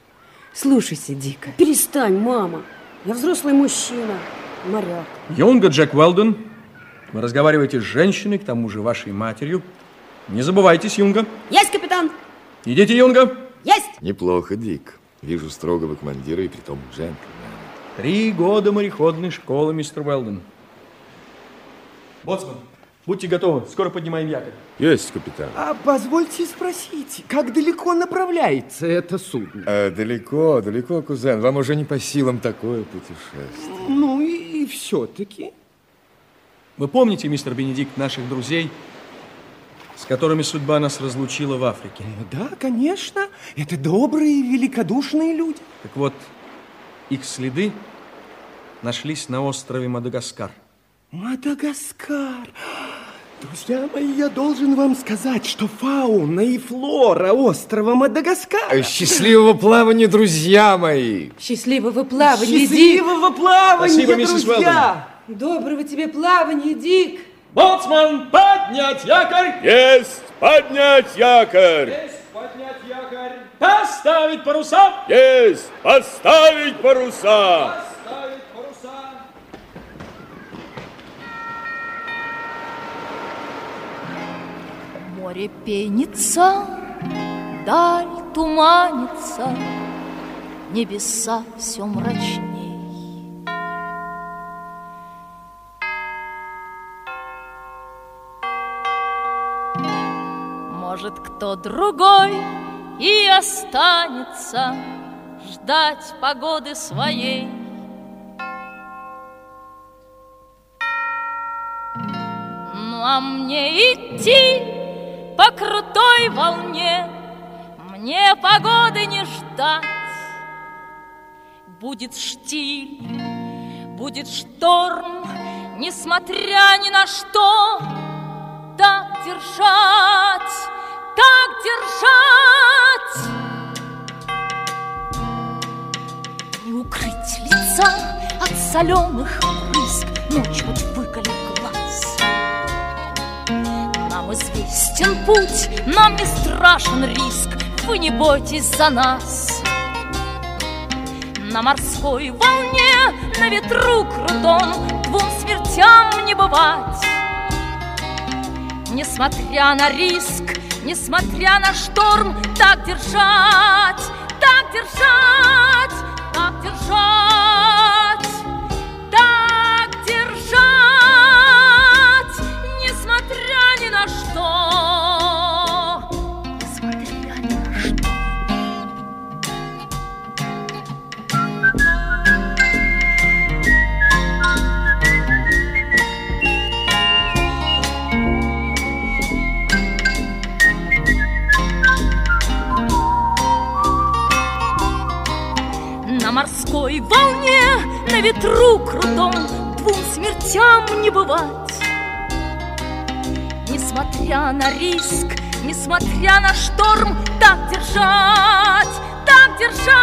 Speaker 13: Слушайся, Дика.
Speaker 11: Перестань, мама. Я взрослый мужчина, моряк.
Speaker 5: Юнга Джек Уэлден, вы разговариваете с женщиной, к тому же вашей матерью. Не забывайтесь, Юнга.
Speaker 11: Есть, капитан.
Speaker 5: Идите, Юнга.
Speaker 11: Есть.
Speaker 3: Неплохо, Дик. Вижу строгого командира и притом джентльмена.
Speaker 5: Три года мореходной школы, мистер Уэлден. Боцман, будьте готовы. Скоро поднимаем якорь.
Speaker 3: Есть, капитан.
Speaker 8: А позвольте спросить, как далеко направляется это судно?
Speaker 3: А, далеко, далеко, кузен. Вам уже не по силам такое путешествие.
Speaker 8: Ну и, и все-таки.
Speaker 5: Вы помните, мистер Бенедикт, наших друзей, с которыми судьба нас разлучила в Африке.
Speaker 8: Э, Да, конечно. Это добрые, великодушные люди.
Speaker 5: Так вот, их следы нашлись на острове Мадагаскар.
Speaker 8: Мадагаскар! Друзья мои, я должен вам сказать, что фауна и флора острова Мадагаскар.
Speaker 3: Счастливого плавания, друзья мои!
Speaker 11: Счастливого плавания,
Speaker 8: Счастливого Дик! плавания,
Speaker 5: Спасибо, миссис
Speaker 8: друзья!
Speaker 11: Миссис Доброго тебе плавания, Дик!
Speaker 15: Боцман, поднять якорь!
Speaker 3: Есть, поднять якорь!
Speaker 15: Есть, поднять якорь! Поставить паруса!
Speaker 3: Есть, поставить паруса!
Speaker 15: Поставить паруса!
Speaker 25: Море пенится, даль туманится, Небеса все мрачней. Может, кто другой и останется Ждать погоды своей. Ну, а мне идти по крутой волне Мне погоды не ждать Будет штиль, будет шторм Несмотря ни на что Так держать, так держать Не укрыть лица от соленых брызг Ночь хоть выколи глаз нам известен путь, нам не страшен риск, Вы не бойтесь за нас. На морской волне, на ветру крутом Двум смертям не бывать. Несмотря на риск, несмотря на шторм, Так держать, так держать, так держать, так держать, Несмотря ни на что, несмотря ни на что. На морской волне, на ветру крутом Двум смертям не бывать Несмотря на риск, несмотря на шторм Так держать, так держать